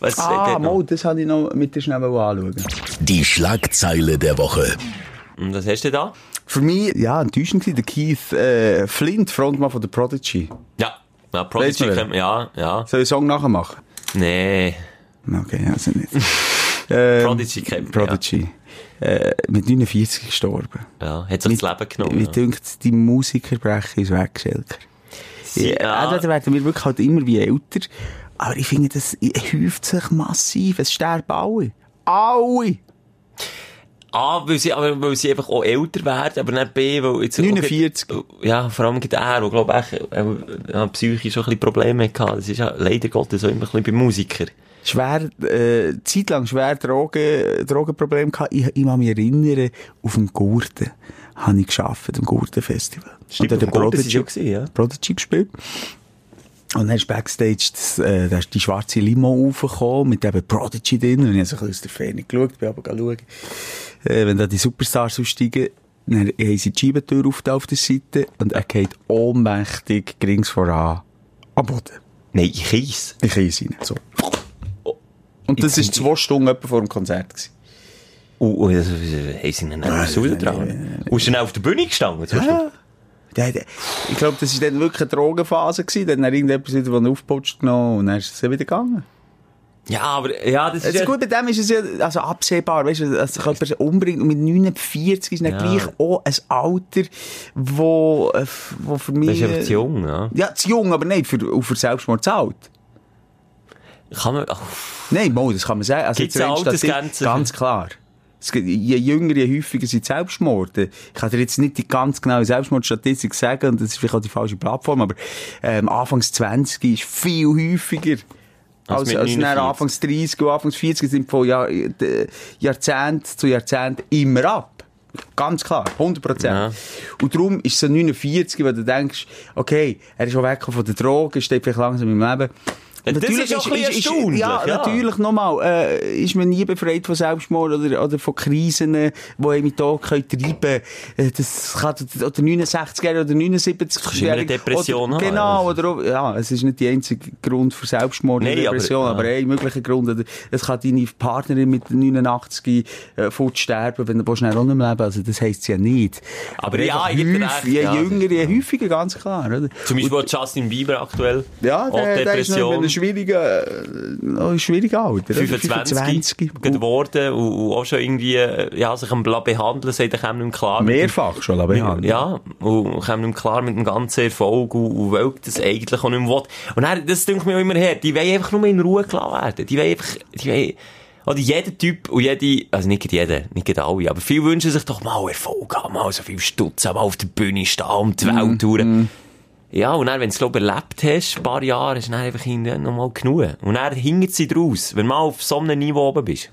[SPEAKER 6] Was steht
[SPEAKER 7] Ah,
[SPEAKER 6] dort noch?
[SPEAKER 7] mal, das habe ich noch mit dir schnell anschauen.
[SPEAKER 5] Die Schlagzeile der Woche.
[SPEAKER 6] Und was hast du da?
[SPEAKER 7] Für mich, ja, enttäuschend war der Keith äh, Flint, Frontmann von der Prodigy.
[SPEAKER 6] Ja. Ja,
[SPEAKER 7] Weiss man
[SPEAKER 6] Prodigy
[SPEAKER 7] wer?
[SPEAKER 6] kennt man, ja, ja.
[SPEAKER 7] Soll ich den Song nachher machen?
[SPEAKER 6] Nee.
[SPEAKER 7] Ehm, Okay, also nicht. ähm,
[SPEAKER 6] Prodigy kennt man,
[SPEAKER 7] Prodigy. Äh, mit 49 gestorben.
[SPEAKER 6] Ja, hat sich das Leben genommen.
[SPEAKER 7] Wie
[SPEAKER 6] Genau, ja.
[SPEAKER 7] dünkt die Musikerbrecher ist weggeschelker.
[SPEAKER 6] Ja.
[SPEAKER 7] Ja. Entweder werden wir wirklich halt immer wie älter, aber ich finde, das äh, häuft sich massiv. Es sterben alle. Alle!
[SPEAKER 6] A, Ah, weil sie, aber weil sie einfach auch älter werden, aber nicht B, weil jetzt...
[SPEAKER 7] 49.
[SPEAKER 6] Ja, vor allem gerade er, der, glaube ich, äh, äh, psychisch auch ein bisschen Probleme hatte. Das ist ja leider Gottes auch immer ein bisschen bei Musikern.
[SPEAKER 7] Schwer, äh, zeitlang schwer Drogen, Drogenprobleme gehabt. Ich, ich kann mich erinnern, auf dem Gurten habe ich gearbeitet, am Gurtenfestival.
[SPEAKER 6] Stimmt,
[SPEAKER 7] Und
[SPEAKER 6] auf
[SPEAKER 7] dann
[SPEAKER 6] dem Gurten
[SPEAKER 7] Prodigy-
[SPEAKER 6] sind sie auch gewesen, ja.
[SPEAKER 7] Prodigy gespielt. Und dann ist Backstage, das, äh, da ist die schwarze Limo raufgekommen, mit eben Prodigy drin. Und ich habe so ein bisschen aus der Ferne geschaut, bin aber schauen. Äh, wenn da die Superstars aussteigen, dann haben sie die Schiebetür auf, auf der Seite und er geht ohnmächtig rings voran am Boden.
[SPEAKER 6] Nein, ich heiss.
[SPEAKER 7] Ich kann rein. So. Und das war
[SPEAKER 6] Jetzt-
[SPEAKER 7] zwei Stunden etwa vor dem Konzert. Gewesen.
[SPEAKER 6] Und, und Oh, das haben sie
[SPEAKER 7] Ah,
[SPEAKER 6] ihn dann so rausgetragen. Und ist dann auch auf der Bühne gestanden. zum Beispiel?
[SPEAKER 7] Der, der, ich glaube, das war dann wirklich eine Drogenphase. Gewesen. Dann hat er irgendetwas wieder von aufgeputscht genommen und dann ist es wieder gegangen.
[SPEAKER 6] Ja, aber, ja, das ist
[SPEAKER 7] Also
[SPEAKER 6] ja...
[SPEAKER 7] gut, bei dem ist es ja also absehbar, weißt du, dass sich jemand umbringt und mit 49 ist dann
[SPEAKER 6] Ja.
[SPEAKER 7] gleich auch ein Alter, wo, äh, f- wo für mich...
[SPEAKER 6] Das ist einfach zu jung, ja.
[SPEAKER 7] Ja, zu jung, aber nicht für, auch für Selbstmord zu alt.
[SPEAKER 6] Kann man, ach,
[SPEAKER 7] Nein, Mo, das kann man sagen. Also
[SPEAKER 6] Gibt's
[SPEAKER 7] jetzt
[SPEAKER 6] eine
[SPEAKER 7] rein statistisch-
[SPEAKER 6] Altersgrenze?
[SPEAKER 7] Ganz klar. Es gibt, je jünger, je häufiger sind Selbstmorde. Ich kann dir jetzt nicht die ganz genaue Selbstmordstatistik sagen, und das ist vielleicht auch die falsche Plattform, aber ähm, Anfangs 20 ist viel häufiger.
[SPEAKER 6] Als
[SPEAKER 7] Als,
[SPEAKER 6] mit
[SPEAKER 7] als, dann
[SPEAKER 6] 49.
[SPEAKER 7] Anfangs 30 und Anfangs 40 sind von Jahr, d- Jahrzehnt zu Jahrzehnt immer ab. Ganz klar, 100 Prozent.
[SPEAKER 6] Ja.
[SPEAKER 7] Und darum ist so 49, wenn du denkst, okay, er ist schon weg von der Droge, steht vielleicht langsam im Leben.
[SPEAKER 6] Ja, das ist auch ein bisschen erstaunlich,
[SPEAKER 7] Ja,
[SPEAKER 6] ja.
[SPEAKER 7] natürlich, nochmal, äh, ist man nie befreit von Selbstmord oder, oder von Krisen, äh, die einen mit Tod können treiben können. Äh, das kann, oder 69er oder 79
[SPEAKER 6] kannst immer eine Depression
[SPEAKER 7] oder,
[SPEAKER 6] haben,
[SPEAKER 7] Genau,
[SPEAKER 6] also.
[SPEAKER 7] oder, auch- ja, es ist nicht der einzige Grund für Selbstmord und
[SPEAKER 6] Nein, aber-
[SPEAKER 7] Depression, aber,
[SPEAKER 6] ja.
[SPEAKER 7] ein möglicher Grund. Oder Es kann deine Partnerin mit 89 äh, fortsterben, wenn du schnell auch nicht mehr leben Also das heisst ja nicht.
[SPEAKER 6] Aber Ah, ja,
[SPEAKER 7] einfach
[SPEAKER 6] ich geb dir
[SPEAKER 7] häufig,
[SPEAKER 6] recht,
[SPEAKER 7] Je
[SPEAKER 6] ja, das
[SPEAKER 7] jünger, je häufiger, ganz klar. Oder?
[SPEAKER 6] zum Beispiel auch Justin Bieber aktuell.
[SPEAKER 7] Ja,
[SPEAKER 6] Auch
[SPEAKER 7] der, der ist noch in
[SPEAKER 6] Depression.
[SPEAKER 7] einem schwierigen, äh, noch in schwierigen Alter. oder?
[SPEAKER 6] 25 geworden und, und auch schon irgendwie äh, ja, sich am Blatt behandeln, sagt er, kommt nicht mehr klar. mit dem-
[SPEAKER 7] Uh, Mehrfach schon, aber ja.
[SPEAKER 6] Ja, und kommt nicht mehr klar mit dem ganzen Erfolg und, und will das eigentlich auch nicht mehr will. Und dann, das denkt mir auch immer her, die wollen einfach nur in Ruhe gelassen werden. Die wollen einfach, die wollen, oder jeder Typ und jede, also nicht gerade jeder, nicht gerade alle, aber viele wünschen sich doch mal Erfolg haben, mal so viel Stutzen, mal auf der Bühne stehen, um die Welt touren. Ja, und dann, wenn du es, glaube ich, erlebt hast, ein paar Jahre, ist dann einfach irgendwie noch mal genug. Und dann hinkt sie draus, wenn du mal auf so einem Niveau oben bist.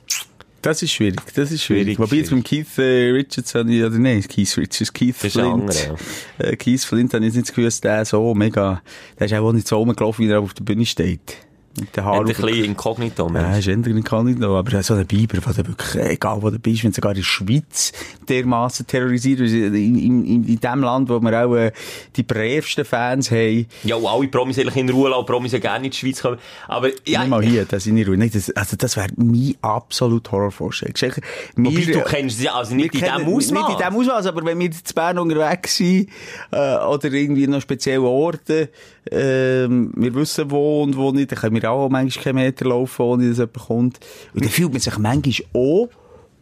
[SPEAKER 7] Das ist schwierig, das ist schwierig.
[SPEAKER 6] Schwierig,
[SPEAKER 7] Wobei jetzt beim Keith äh, Richardson, oder nein, Keith Richards, Keith
[SPEAKER 6] Das ist ein
[SPEAKER 7] Flint.
[SPEAKER 6] anderer,
[SPEAKER 7] äh, Keith Flint, habe ich jetzt nicht gewusst, der so mega, der ist auch nicht so rumgelaufen, wie er auf der Bühne steht. Mit den
[SPEAKER 6] Hat ein
[SPEAKER 7] Haaren.
[SPEAKER 6] bisschen inkognito.
[SPEAKER 7] Ja,
[SPEAKER 6] Mensch.
[SPEAKER 7] ist irgendwie kann nicht noch, aber so ein Biber, der dann wirklich, äh, egal wo du bist, wenn sogar in der Schweiz dermassen terrorisiert, also in, in, in, in dem Land, wo wir auch äh, die brävsten Fans haben,
[SPEAKER 6] Ja, und alle Promis eigentlich in Ruhe lassen, Promis ja gerne in die Schweiz kommen. Aber ja,
[SPEAKER 7] nicht mal hier, das in Ruhe. Nein, das, also das wäre meine absolute Horrorvorstellung. Sicher,
[SPEAKER 6] wobei
[SPEAKER 7] wir-
[SPEAKER 6] du kennst sie also nicht
[SPEAKER 7] wir
[SPEAKER 6] in diesem
[SPEAKER 7] kennen-
[SPEAKER 6] Ausmaß.
[SPEAKER 7] Nicht in diesem Ausmaß, aber wenn wir in Bern unterwegs sind, äh, oder irgendwie noch speziellen Orten, ähm, wir wissen wo und wo nicht, dann können wir auch manchmal keinen Meter laufen, ohne dass jemand kommt. Und dann fühlt man sich manchmal auch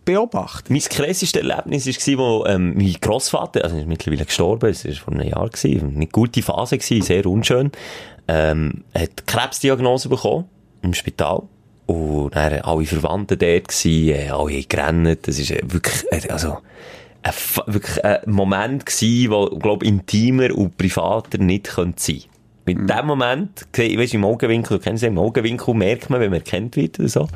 [SPEAKER 7] beobachtet.
[SPEAKER 6] Mein krassestes Erlebnis war, wo ähm, mein Grossvater, also er ist mittlerweile gestorben, es war vor einem Jahr, gewesen, eine gute Phase, gewesen, sehr unschön, ähm, er hat Krebsdiagnose bekommen im Spital. Und dann waren alle Verwandten dort, gewesen, äh, alle haben gerannt. Das ist äh, wirklich, äh, also, ein, fa- wirklich ein Moment gewesen, wo, glaub, intimer und privater nicht könnte sein könnte. In dem Moment, weißt du, im Augenwinkel, du kennst ja, im Augenwinkel merkt man, wenn man erkannt wird oder so,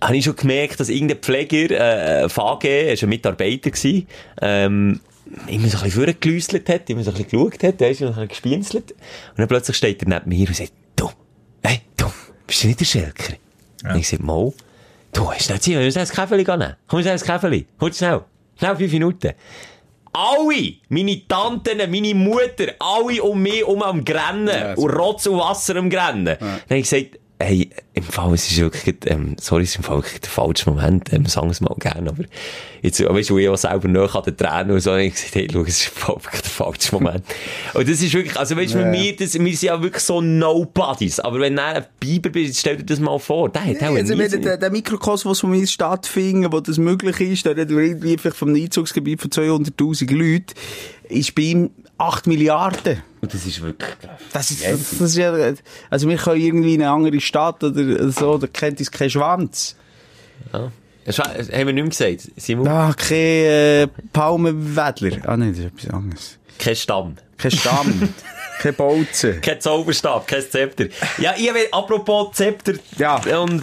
[SPEAKER 6] habe ich schon gemerkt, dass irgendein Pfleger, äh, ein VG, er war ein Mitarbeiter, gewesen, ähm, immer so ein bisschen vorgeläuselt hat, immer so ein bisschen geschaut hat, weisst du, und ein bisschen gespienzelt. Und dann plötzlich steht er neben mir und sagt, du, hey, du, bist du nicht der Schelker? Und ich sage, mal, du, hast du nicht Zeit, wir müssen ein Käfeli gehen. Komm, wir müssen ein Käfeli. Komm, schnell. Schnell, fünf Minuten. Alle, meine Tanten, meine Mutter, alle um mich um am Grennen. und Rotz und Wasser am Grennen. Dann habe ich gesagt, hey, im Fall, es ist wirklich, gerade, ähm, sorry, es ist im Fall wirklich der falsche Moment, ähm, sagen wir es mal gerne, aber jetzt, weißt du, wo ich auch selber noch an den Tränen und so, habe ich gesagt, hey, schau, es ist im Fall wirklich der falsche Moment. und das ist wirklich, also weißt du, mit mir, das, wir sind ja wirklich so Nobodies, aber wenn du dann ein Biber bist, stell dir das mal vor, der hat
[SPEAKER 7] Nee,
[SPEAKER 6] auch nie...
[SPEAKER 7] also wenn der, der Mikrokosmos, der mir stattfindet, wo das möglich ist, da reden wir irgendwie vielleicht vom Einzugsgebiet von 200'000 Leuten, ist bei ihm 8 Milliarden.
[SPEAKER 6] Und das ist wirklich...
[SPEAKER 7] Das ist, das, das ist ja, also wir können irgendwie in eine andere Stadt oder so, da kennt uns kein Schwanz.
[SPEAKER 6] Ja. Das haben wir nicht mehr gesagt, Simon,
[SPEAKER 7] Ah, kein äh, Palmenwedler. Ah nein, das ist etwas anderes.
[SPEAKER 6] kein Stamm.
[SPEAKER 7] Kein Stamm, kein Bolzen.
[SPEAKER 6] Kein Zauberstab, kein Zepter. Ja, ich will, apropos Zepter
[SPEAKER 7] Ja.
[SPEAKER 6] und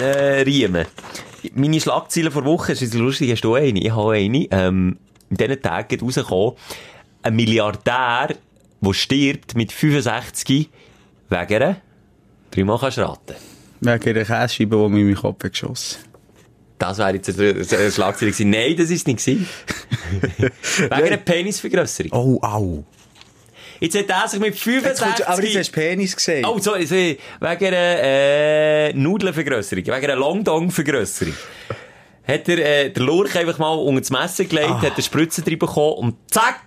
[SPEAKER 6] äh, Riemen. Meine Schlagzeile vor Woche, ist jetzt lustig, hast du eine? Ich habe eine. Ähm, in diesen Tagen geht rausgekommen, ein Milliardär, der stirbt mit 65 wegen einer, dreimal kannst du raten.
[SPEAKER 7] Wegen einer Kässcheibe, die mir in meinen Kopf geschossen
[SPEAKER 6] Das wäre jetzt eine, eine Schlagzeile gewesen. Nein, das ist nicht gewesen. wegen einer Penisvergrößerung.
[SPEAKER 7] Oh, au.
[SPEAKER 6] Jetzt hat er sich mit
[SPEAKER 7] Jetzt kommst du,
[SPEAKER 6] 65...
[SPEAKER 7] aber jetzt hast du Penis gesehen. Ah,
[SPEAKER 6] Oh, sorry, sorry. wegen einer äh, Nudelvergrösserung, wegen einer Longdong-Vergrösserung. Hat er äh, der Lurch einfach mal unter das Messer gelegt,
[SPEAKER 7] Ah.
[SPEAKER 6] hat eine Spritze drin bekommen und zack!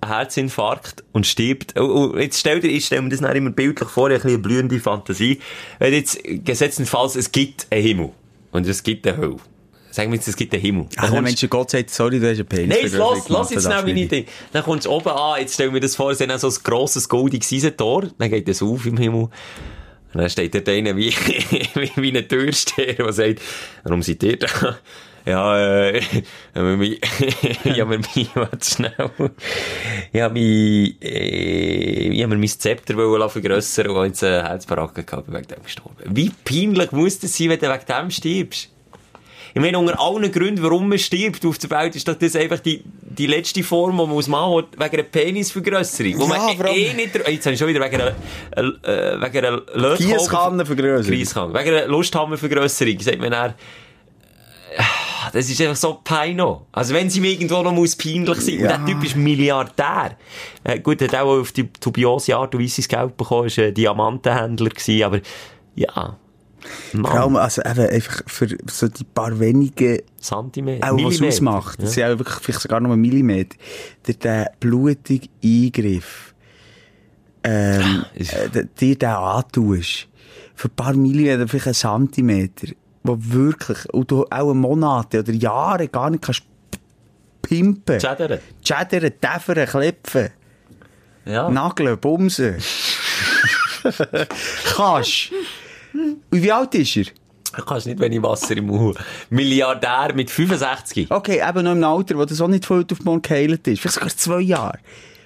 [SPEAKER 6] Ein Herzinfarkt und stirbt. Oh, oh, jetzt stell dir, ich stelle mir das dann immer bildlich vor, ich habe eine blühende Fantasie. Wenn jetzt, gesetztenfalls, es gibt einen Himmel. Und es gibt eine Hölle. Sagen wir jetzt, es gibt einen Himmel. Dann
[SPEAKER 7] Ach,
[SPEAKER 6] kommst-
[SPEAKER 7] Mensch, Gott sagt, sorry, du hast einen Penis.
[SPEAKER 6] Nein, jetzt
[SPEAKER 7] vergrößert
[SPEAKER 6] lass,
[SPEAKER 7] gemacht,
[SPEAKER 6] lass jetzt
[SPEAKER 7] das
[SPEAKER 6] schnell
[SPEAKER 7] darfst du
[SPEAKER 6] meine
[SPEAKER 7] nicht.
[SPEAKER 6] Idee. Dann kommst du oben an, jetzt stell mir das vor, es ist dann so ein grosses, goldiges Eisentor, dann geht das auf im Himmel. Und dann steht dort einer wie, wie, wie ein Türsteher, der sagt, warum seid ihr da? Ja, äh, ich habe mich, ich habe mir mein, warte schnell, ich habe mich, äh, ich habe mir mein Zepter wollen lassen vergrössern und jetzt einen Herzbaracken gehabt, bin wegen dem gestorben. Wie peinlich muss das sein, wenn du wegen dem stirbst? Ich meine, unter allen Gründen, warum man stirbt auf der Welt, ist doch das einfach die, die letzte Form, die man muss machen muss, wegen einer Penisvergrösserung. wo
[SPEAKER 7] Ja,
[SPEAKER 6] man
[SPEAKER 7] vor allem-
[SPEAKER 6] eh nicht, dr- jetzt habe ich schon wieder wegen einer, äh, wegen einer Lötkolbe-
[SPEAKER 7] Giesskannenvergrößerung.
[SPEAKER 6] Giesskannenvergrößerung. Wegen einer Lusthammervergrösserung, sagt man dann, Ah, das ist einfach so peino. Also wenn sie mir irgendwo noch muss peinlich sein.
[SPEAKER 7] Ja.
[SPEAKER 6] Und der Typ ist Milliardär. Äh, gut, er hat auch auf die dubiose Art und Weise sein Geld bekommen, ist ein Diamantenhändler gewesen, aber ja.
[SPEAKER 7] Vor
[SPEAKER 6] Mann,
[SPEAKER 7] allem, also eben, einfach für so die paar wenigen
[SPEAKER 6] Zentimeter.
[SPEAKER 7] Auch was
[SPEAKER 6] Millimeter.
[SPEAKER 7] ausmacht. Das
[SPEAKER 6] Ja.
[SPEAKER 7] sind auch wirklich vielleicht sogar nur Millimeter. Der, der blutige Eingriff, ähm,
[SPEAKER 6] ist-
[SPEAKER 7] äh, der- dir den antust, für ein paar Millimeter, vielleicht einen Zentimeter, wo wirklich, und du auch Monate oder Jahre gar nicht kannst pimpen,
[SPEAKER 6] Schädern.
[SPEAKER 7] schädern, täfern, klepfen,
[SPEAKER 6] Ja.
[SPEAKER 7] nageln, bumsen. kannst. Und wie alt ist er?
[SPEAKER 6] Du kannst nicht, wenn ich Wasser im Mund habe. Milliardär mit 65.
[SPEAKER 7] Okay, eben noch im Alter, wo das auch nicht von heute auf morgen geheilt ist. Vielleicht sogar zwei Jahre.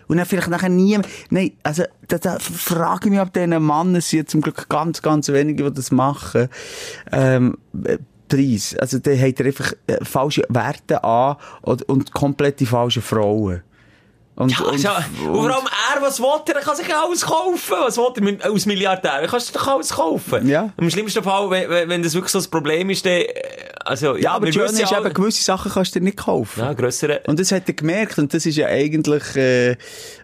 [SPEAKER 7] Und dann vielleicht nachher nie mehr. Nein, also, da, da frage ich mich, ob diesen Mann, es sind zum Glück ganz, ganz wenige, die das machen, ähm, äh, Preis. Also, da hat er einfach äh, falsche Werte an und, und komplett die falschen Frauen. Und,
[SPEAKER 6] Ja,
[SPEAKER 7] und,
[SPEAKER 6] Ah, ja, und vor
[SPEAKER 7] und-
[SPEAKER 6] allem er, was will er? Er kann sich alles kaufen. Was will er mit- als Milliardär? Er kann sich doch alles kaufen.
[SPEAKER 7] Ja.
[SPEAKER 6] Im schlimmsten Fall, wenn, wenn- wenn das wirklich so ein Problem ist, dann... äh, Also, ja,
[SPEAKER 7] ja, aber
[SPEAKER 6] wir
[SPEAKER 7] das Schöne
[SPEAKER 6] wissen
[SPEAKER 7] ist
[SPEAKER 6] ja
[SPEAKER 7] eben, gewisse Sachen kannst du dir nicht kaufen.
[SPEAKER 6] Ja, grössere,
[SPEAKER 7] Und das hat er gemerkt. Und das ist ja eigentlich, äh,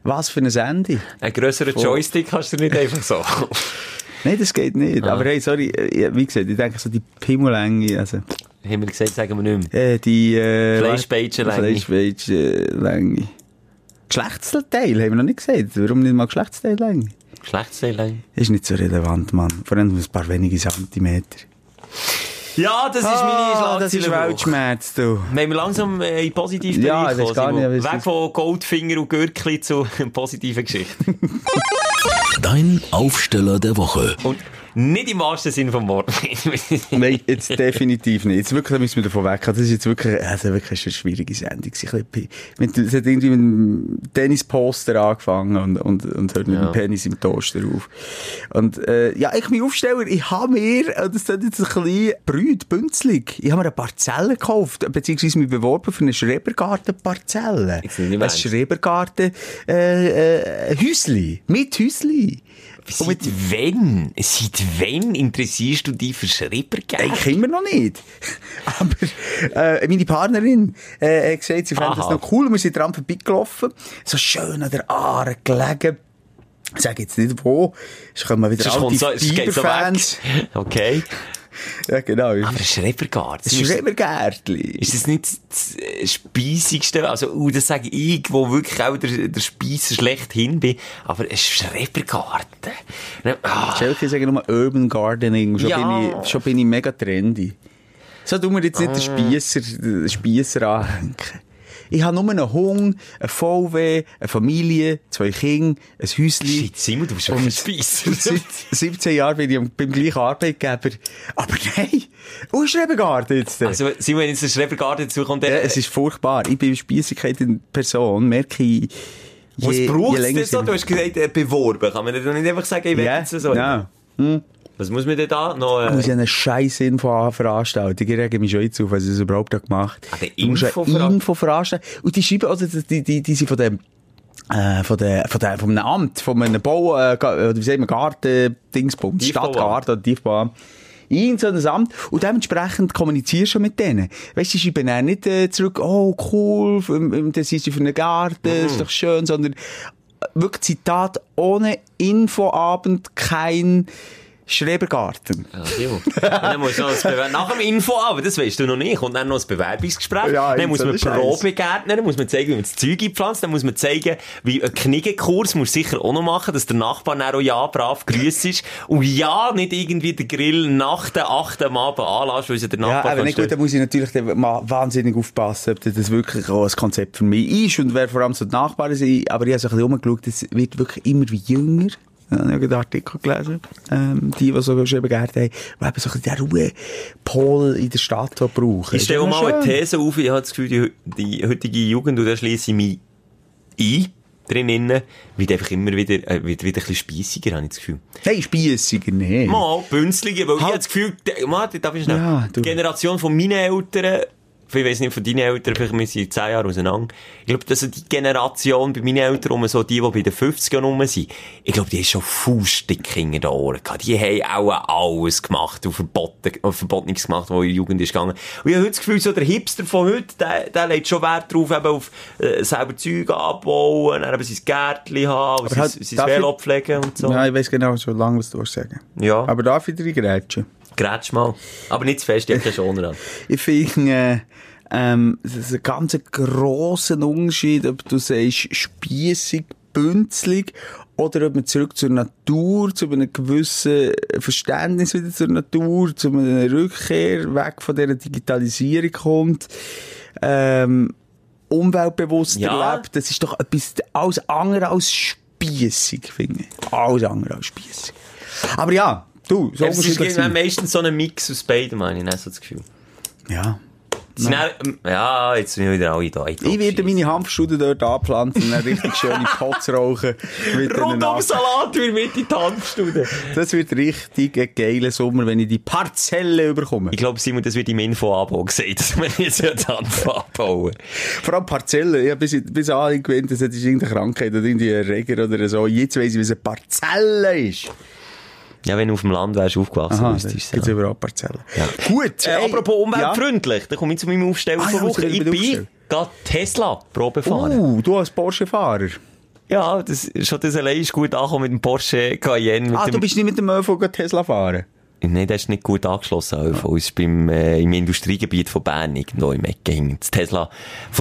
[SPEAKER 7] was für ein Ende.
[SPEAKER 6] einen grösseren Joystick hast du nicht einfach so.
[SPEAKER 7] Nein, das geht nicht.
[SPEAKER 6] Ah.
[SPEAKER 7] Aber hey, sorry, äh, wie gesagt, ich denke so die Pimmellänge, also,
[SPEAKER 6] Haben wir gesagt, sagen wir nicht mehr.
[SPEAKER 7] äh, die, äh,
[SPEAKER 6] Fleischpeitschenlänge.
[SPEAKER 7] Fleischpeitschenlänge. Geschlechtsteil haben wir noch nicht gesagt. Warum nicht mal Geschlechtsteillänge?
[SPEAKER 6] Geschlechtsteil.
[SPEAKER 7] Ist nicht so relevant, Mann. Vor allem ein paar wenige Zentimeter. Ah,
[SPEAKER 6] Ja, Ah, das ist meine Schlagzeile.
[SPEAKER 7] das ist
[SPEAKER 6] der Woche.
[SPEAKER 7] Weltschmerz, du.
[SPEAKER 6] Wenn wir langsam äh, in positiv
[SPEAKER 7] Ja, ich weiß gar nicht, was
[SPEAKER 6] Weg
[SPEAKER 7] das-
[SPEAKER 6] von Goldfinger und Gürkli zu positiven Geschichten.
[SPEAKER 5] Dein Aufsteller der Woche.
[SPEAKER 6] Und nicht im wahrsten Sinn vom Wort.
[SPEAKER 7] Nein, jetzt definitiv nicht. Jetzt wirklich müssen wir davon weg. Das ist jetzt wirklich, also wirklich schon eine schwierige Sendung. gewesen. Ein bisschen pi- mit- Es hat irgendwie mit dem Tennisposter angefangen und, und, und hört mit dem Penis im Toaster auf. Und, äh, ja, ich, mein Aufsteller, ich habe mir, und das ist jetzt ein bisschen brüht, bünzlig. Ich habe mir eine Parzelle gekauft, beziehungsweise mich beworben für eine Schrebergartenparzelle.
[SPEAKER 6] Ich sehe, wie
[SPEAKER 7] Ein
[SPEAKER 6] meinst.
[SPEAKER 7] Schrebergarten, äh, äh, Häusli. Mit Häusli. Und mit-
[SPEAKER 6] Seit wann? Seit wann interessierst du dich für Schreibergeld?
[SPEAKER 7] Eigentlich immer noch nicht. Aber äh, meine Partnerin äh, hat gesagt, sie fand das
[SPEAKER 6] Aha.
[SPEAKER 7] noch cool. Wir sind dran vorbeigelaufen. So schön an der Aare gelegen. Ich sage jetzt nicht wo. Es kommen wieder
[SPEAKER 6] Sonst kommt so,
[SPEAKER 7] alte
[SPEAKER 6] es geht so
[SPEAKER 7] Biberfans.
[SPEAKER 6] weg. Okay.
[SPEAKER 7] Ja, genau.
[SPEAKER 6] Aber Schreibergard.
[SPEAKER 7] Das Schrebergärtli.
[SPEAKER 6] Ist das nicht das äh, speisigste? Also, uh, das sage ich, wo wirklich auch der, der Speiser schlecht hin bin. Aber ein Schrebergarten. Ne, Ah,
[SPEAKER 7] Schelke sagen nur Urban Gardening. Schon,
[SPEAKER 6] Ja.
[SPEAKER 7] bin ich, schon bin ich mega trendy. So tun wir jetzt nicht den
[SPEAKER 6] Ah.
[SPEAKER 7] Spiesser, den Spiesser anhängen. Ich habe nur einen Hung, einen VW, eine Familie, zwei Kinder, ein Häuschen.
[SPEAKER 6] shit, Simon, du bist wirklich ein Speiser.
[SPEAKER 7] Seit 17 Jahren bin ich am- beim gleichen Arbeitgeber. Aber nein! Ausschreibengarten jetzt! Also,
[SPEAKER 6] Also, Simon, wenn jetzt der Schrebergarten zukommt,
[SPEAKER 7] ja,
[SPEAKER 6] der,
[SPEAKER 7] es ist furchtbar. Ich bin Spießigkeit in Person, merke ich.
[SPEAKER 6] was braucht es denn so?
[SPEAKER 7] ich-
[SPEAKER 6] Du hast gesagt, äh, beworben. Kann man denn nicht einfach sagen, ich will
[SPEAKER 7] Ja, genau.
[SPEAKER 6] jetzt so?
[SPEAKER 7] nein.
[SPEAKER 6] Was muss man denn da noch?
[SPEAKER 7] Ich muss
[SPEAKER 6] Äh,
[SPEAKER 7] ja eine scheiß Info an Veranstaltung. Ich rege mich schon jetzt auf, was ich das überhaupt da gemacht
[SPEAKER 6] Ah, die
[SPEAKER 7] Du musst eine
[SPEAKER 6] Infovera-
[SPEAKER 7] Info veranstalten. Und die schreiben, also, die, die, die sind von dem, äh, von der, von der, von einem Amt, von einem Bau, äh, Ga- oder wie sagt man, Garten, Dingsbums,
[SPEAKER 6] Tiefbauamt.
[SPEAKER 7] Stadtgarten, oder Tiefbauamt. Irgend so ein Amt. Und dementsprechend kommunizierst du mit denen. Weißt du, die schreiben auch nicht, äh, zurück, oh, cool, f- ähm, ähm, das ist für einen Garten,
[SPEAKER 6] Mhm.
[SPEAKER 7] ist doch schön, sondern äh, wirklich Zitat, ohne Infoabend kein Schrebergarten.
[SPEAKER 6] ja, Simon. dann musst du noch das Bewer- Nach dem Info, ah, aber das weißt du noch nicht, kommt dann noch ein Bewerbungsgespräch.
[SPEAKER 7] Ja,
[SPEAKER 6] dann
[SPEAKER 7] jetzt
[SPEAKER 6] muss man
[SPEAKER 7] so ein Scheiß.
[SPEAKER 6] Probegärtner, dann muss man zeigen, wie man das Zeug einpflanzt, dann muss man zeigen, wie ein Knigekurs muss sicher auch noch machen, dass der Nachbar dann auch ja brav grüßt ist und ja nicht irgendwie den Grill nach der 8. am Abend anlässt, weil es ja der
[SPEAKER 7] Ja,
[SPEAKER 6] Nachbar
[SPEAKER 7] aber
[SPEAKER 6] kann
[SPEAKER 7] nicht gut, da
[SPEAKER 6] stören.
[SPEAKER 7] muss ich natürlich dann mal wahnsinnig aufpassen, ob das wirklich auch ein Konzept für mich ist und wer vor allem so die Nachbarn sind. Aber ich habe so ein bisschen rumgeschaut, es wird wirklich immer wie jünger. Ja, Ich habe einen Artikel gelesen, ähm, die, die so geschrieben haben, die eben so ein bisschen den Ruhepol eh, in der Stadt auch brauchen.
[SPEAKER 6] Ich stelle
[SPEAKER 7] doch
[SPEAKER 6] mal eine
[SPEAKER 7] schön.
[SPEAKER 6] These auf, ich habe das Gefühl, die, heu- die heutige Jugend, und da schließe ich mich ein, drin innen, wird einfach immer wieder, äh, wird wieder ein bisschen speissiger, habe ich das Gefühl.
[SPEAKER 7] Nein, Spießiger, nein.
[SPEAKER 6] Mal Bünzlige, weil ich
[SPEAKER 7] Halt.
[SPEAKER 6] habe das Gefühl, de- Martin, darf ich schnell?
[SPEAKER 7] Ja, du.
[SPEAKER 6] die Generation von meinen Eltern, ich weiß nicht, von deinen Eltern, vielleicht wir sind zehn Jahre auseinander. Ich glaube, dass so die Generation bei meinen Eltern, rum, so die, die bei den 50ern rum sind, ich glaube, die haben schon faustdick in den Ohren gehabt. Die haben auch alles gemacht und verboten, und Verbotenes gemacht, was in der Jugend ist gegangen. Und ich habe heute das Gefühl, so der Hipster von heute, der, der legt schon Wert drauf, eben auf, äh, selber Zeug abbauen, dann eben sein Gärtchen haben, sein,
[SPEAKER 7] halt,
[SPEAKER 6] sein
[SPEAKER 7] darf ich-
[SPEAKER 6] Velo pflegen und so.
[SPEAKER 7] Ja, ich weiß genau, so lange was du sagen
[SPEAKER 6] Ja.
[SPEAKER 7] Aber darf ich dir grätschen?
[SPEAKER 6] Grätsch mal. Aber nicht zu fest, ich hab keinen Schoner an.
[SPEAKER 7] Ich finde, äh, ähm, es ist ein ganz grosser Unterschied, ob du sagst, spießig, bünzlig, oder ob man zurück zur Natur, zu einem gewissen Verständnis wieder zur Natur, zu einer Rückkehr weg von dieser Digitalisierung kommt, ähm, umweltbewusster
[SPEAKER 6] Ja.
[SPEAKER 7] lebt. Das ist doch etwas, alles andere als spießig, finde ich. Alles andere als spießig. Aber ja, du, so
[SPEAKER 6] Es
[SPEAKER 7] unterschiedlich
[SPEAKER 6] ist
[SPEAKER 7] sind-
[SPEAKER 6] meistens so ein Mix aus beidem, meine ich, ne, so das Gefühl.
[SPEAKER 7] Ja.
[SPEAKER 6] sind dann, ja, jetzt sind wir wieder alle da.
[SPEAKER 7] Ich werde meine Hanfstunden dort anpflanzen und dann richtig schöne Pots rauchen. Mit
[SPEAKER 6] Rundum
[SPEAKER 7] einer-
[SPEAKER 6] um Salat, wie mit in die Tanzstude.
[SPEAKER 7] Das wird richtig ein geiler Sommer, wenn ich die Parzelle überkomme.
[SPEAKER 6] Ich glaube, Simon, das wird im Info-Abo gesagt, dass wir jetzt ja Tanz abbauen.
[SPEAKER 7] Vor allem Parzelle. Ich habe bis, bis anhin gewinnt, das ist irgendeine Krankheit oder irgendwie ein Reger oder so. Jetzt weiss ich, was eine Parzelle ist.
[SPEAKER 6] Ja, wenn du auf dem Land wärst aufgewachsen,
[SPEAKER 7] Aha, da
[SPEAKER 6] wüsstest du es.
[SPEAKER 7] gibt es überall Parzellen. Gut.
[SPEAKER 6] Äh,
[SPEAKER 7] ey.
[SPEAKER 6] apropos umweltfreundlich, da komme ich zu meinem Aufstellen
[SPEAKER 7] Ah, ja,
[SPEAKER 6] von
[SPEAKER 7] muss
[SPEAKER 6] Woche.
[SPEAKER 7] ich
[SPEAKER 6] Ich
[SPEAKER 7] wieder
[SPEAKER 6] bin
[SPEAKER 7] aufstellen.
[SPEAKER 6] gerade Tesla Probe
[SPEAKER 7] Ja.
[SPEAKER 6] fahren.
[SPEAKER 7] Uh, du als Porsche-Fahrer.
[SPEAKER 6] Ja, das, schon das allein ist gut angekommen mit dem Porsche Cayenne. Mit
[SPEAKER 7] Ah,
[SPEAKER 6] dem,
[SPEAKER 7] du bist nicht mit dem ÖV gegen Tesla fahren.
[SPEAKER 6] Nein, das ist nicht gut angeschlossen. Also, ist beim, äh, im Industriegebiet von Bern irgendwo im Eck ging das Tesla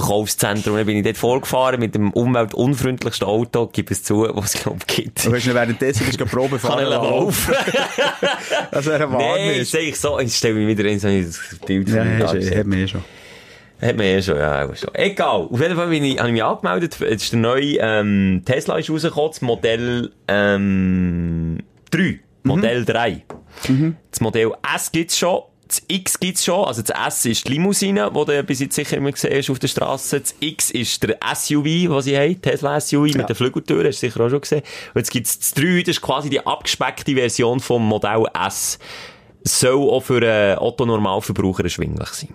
[SPEAKER 6] Verkaufszentrum. Dann bin ich dort vorgefahren mit dem umweltunfreundlichsten Auto, gib es zu, was es glaub gibt.
[SPEAKER 7] Du weißt nicht, währenddessen bist du Probe
[SPEAKER 6] Kann
[SPEAKER 7] fahren.
[SPEAKER 6] ich laufen?
[SPEAKER 7] Das wäre ein
[SPEAKER 6] Nein,
[SPEAKER 7] Warnis.
[SPEAKER 6] sag ich so, ich stelle mich wieder in so ein Bild von
[SPEAKER 7] Ja,
[SPEAKER 6] mir
[SPEAKER 7] ja,
[SPEAKER 6] dargestellt.
[SPEAKER 7] hat mir eh schon.
[SPEAKER 6] Hat man ja schon, ja, auch schon. Egal. Auf jeden Fall bin ich, habe ich mich angemeldet. Jetzt ist der neue, ähm, Tesla ist rausgekommen, das Modell, ähm, 3. Modell 3. Das Modell S gibt's schon. Das X gibt's schon. Also das S ist die Limousine, die du bis jetzt sicher immer gesehen hast auf der Straße. Das X ist der SUV, was sie haben. Tesla SUV mit der Flügeltür, hast du sicher auch schon gesehen. Und jetzt gibt's das 3, das ist quasi die abgespeckte Version vom Modell S. eh, Soll auch für einen Otto-Normalverbraucher erschwinglich sein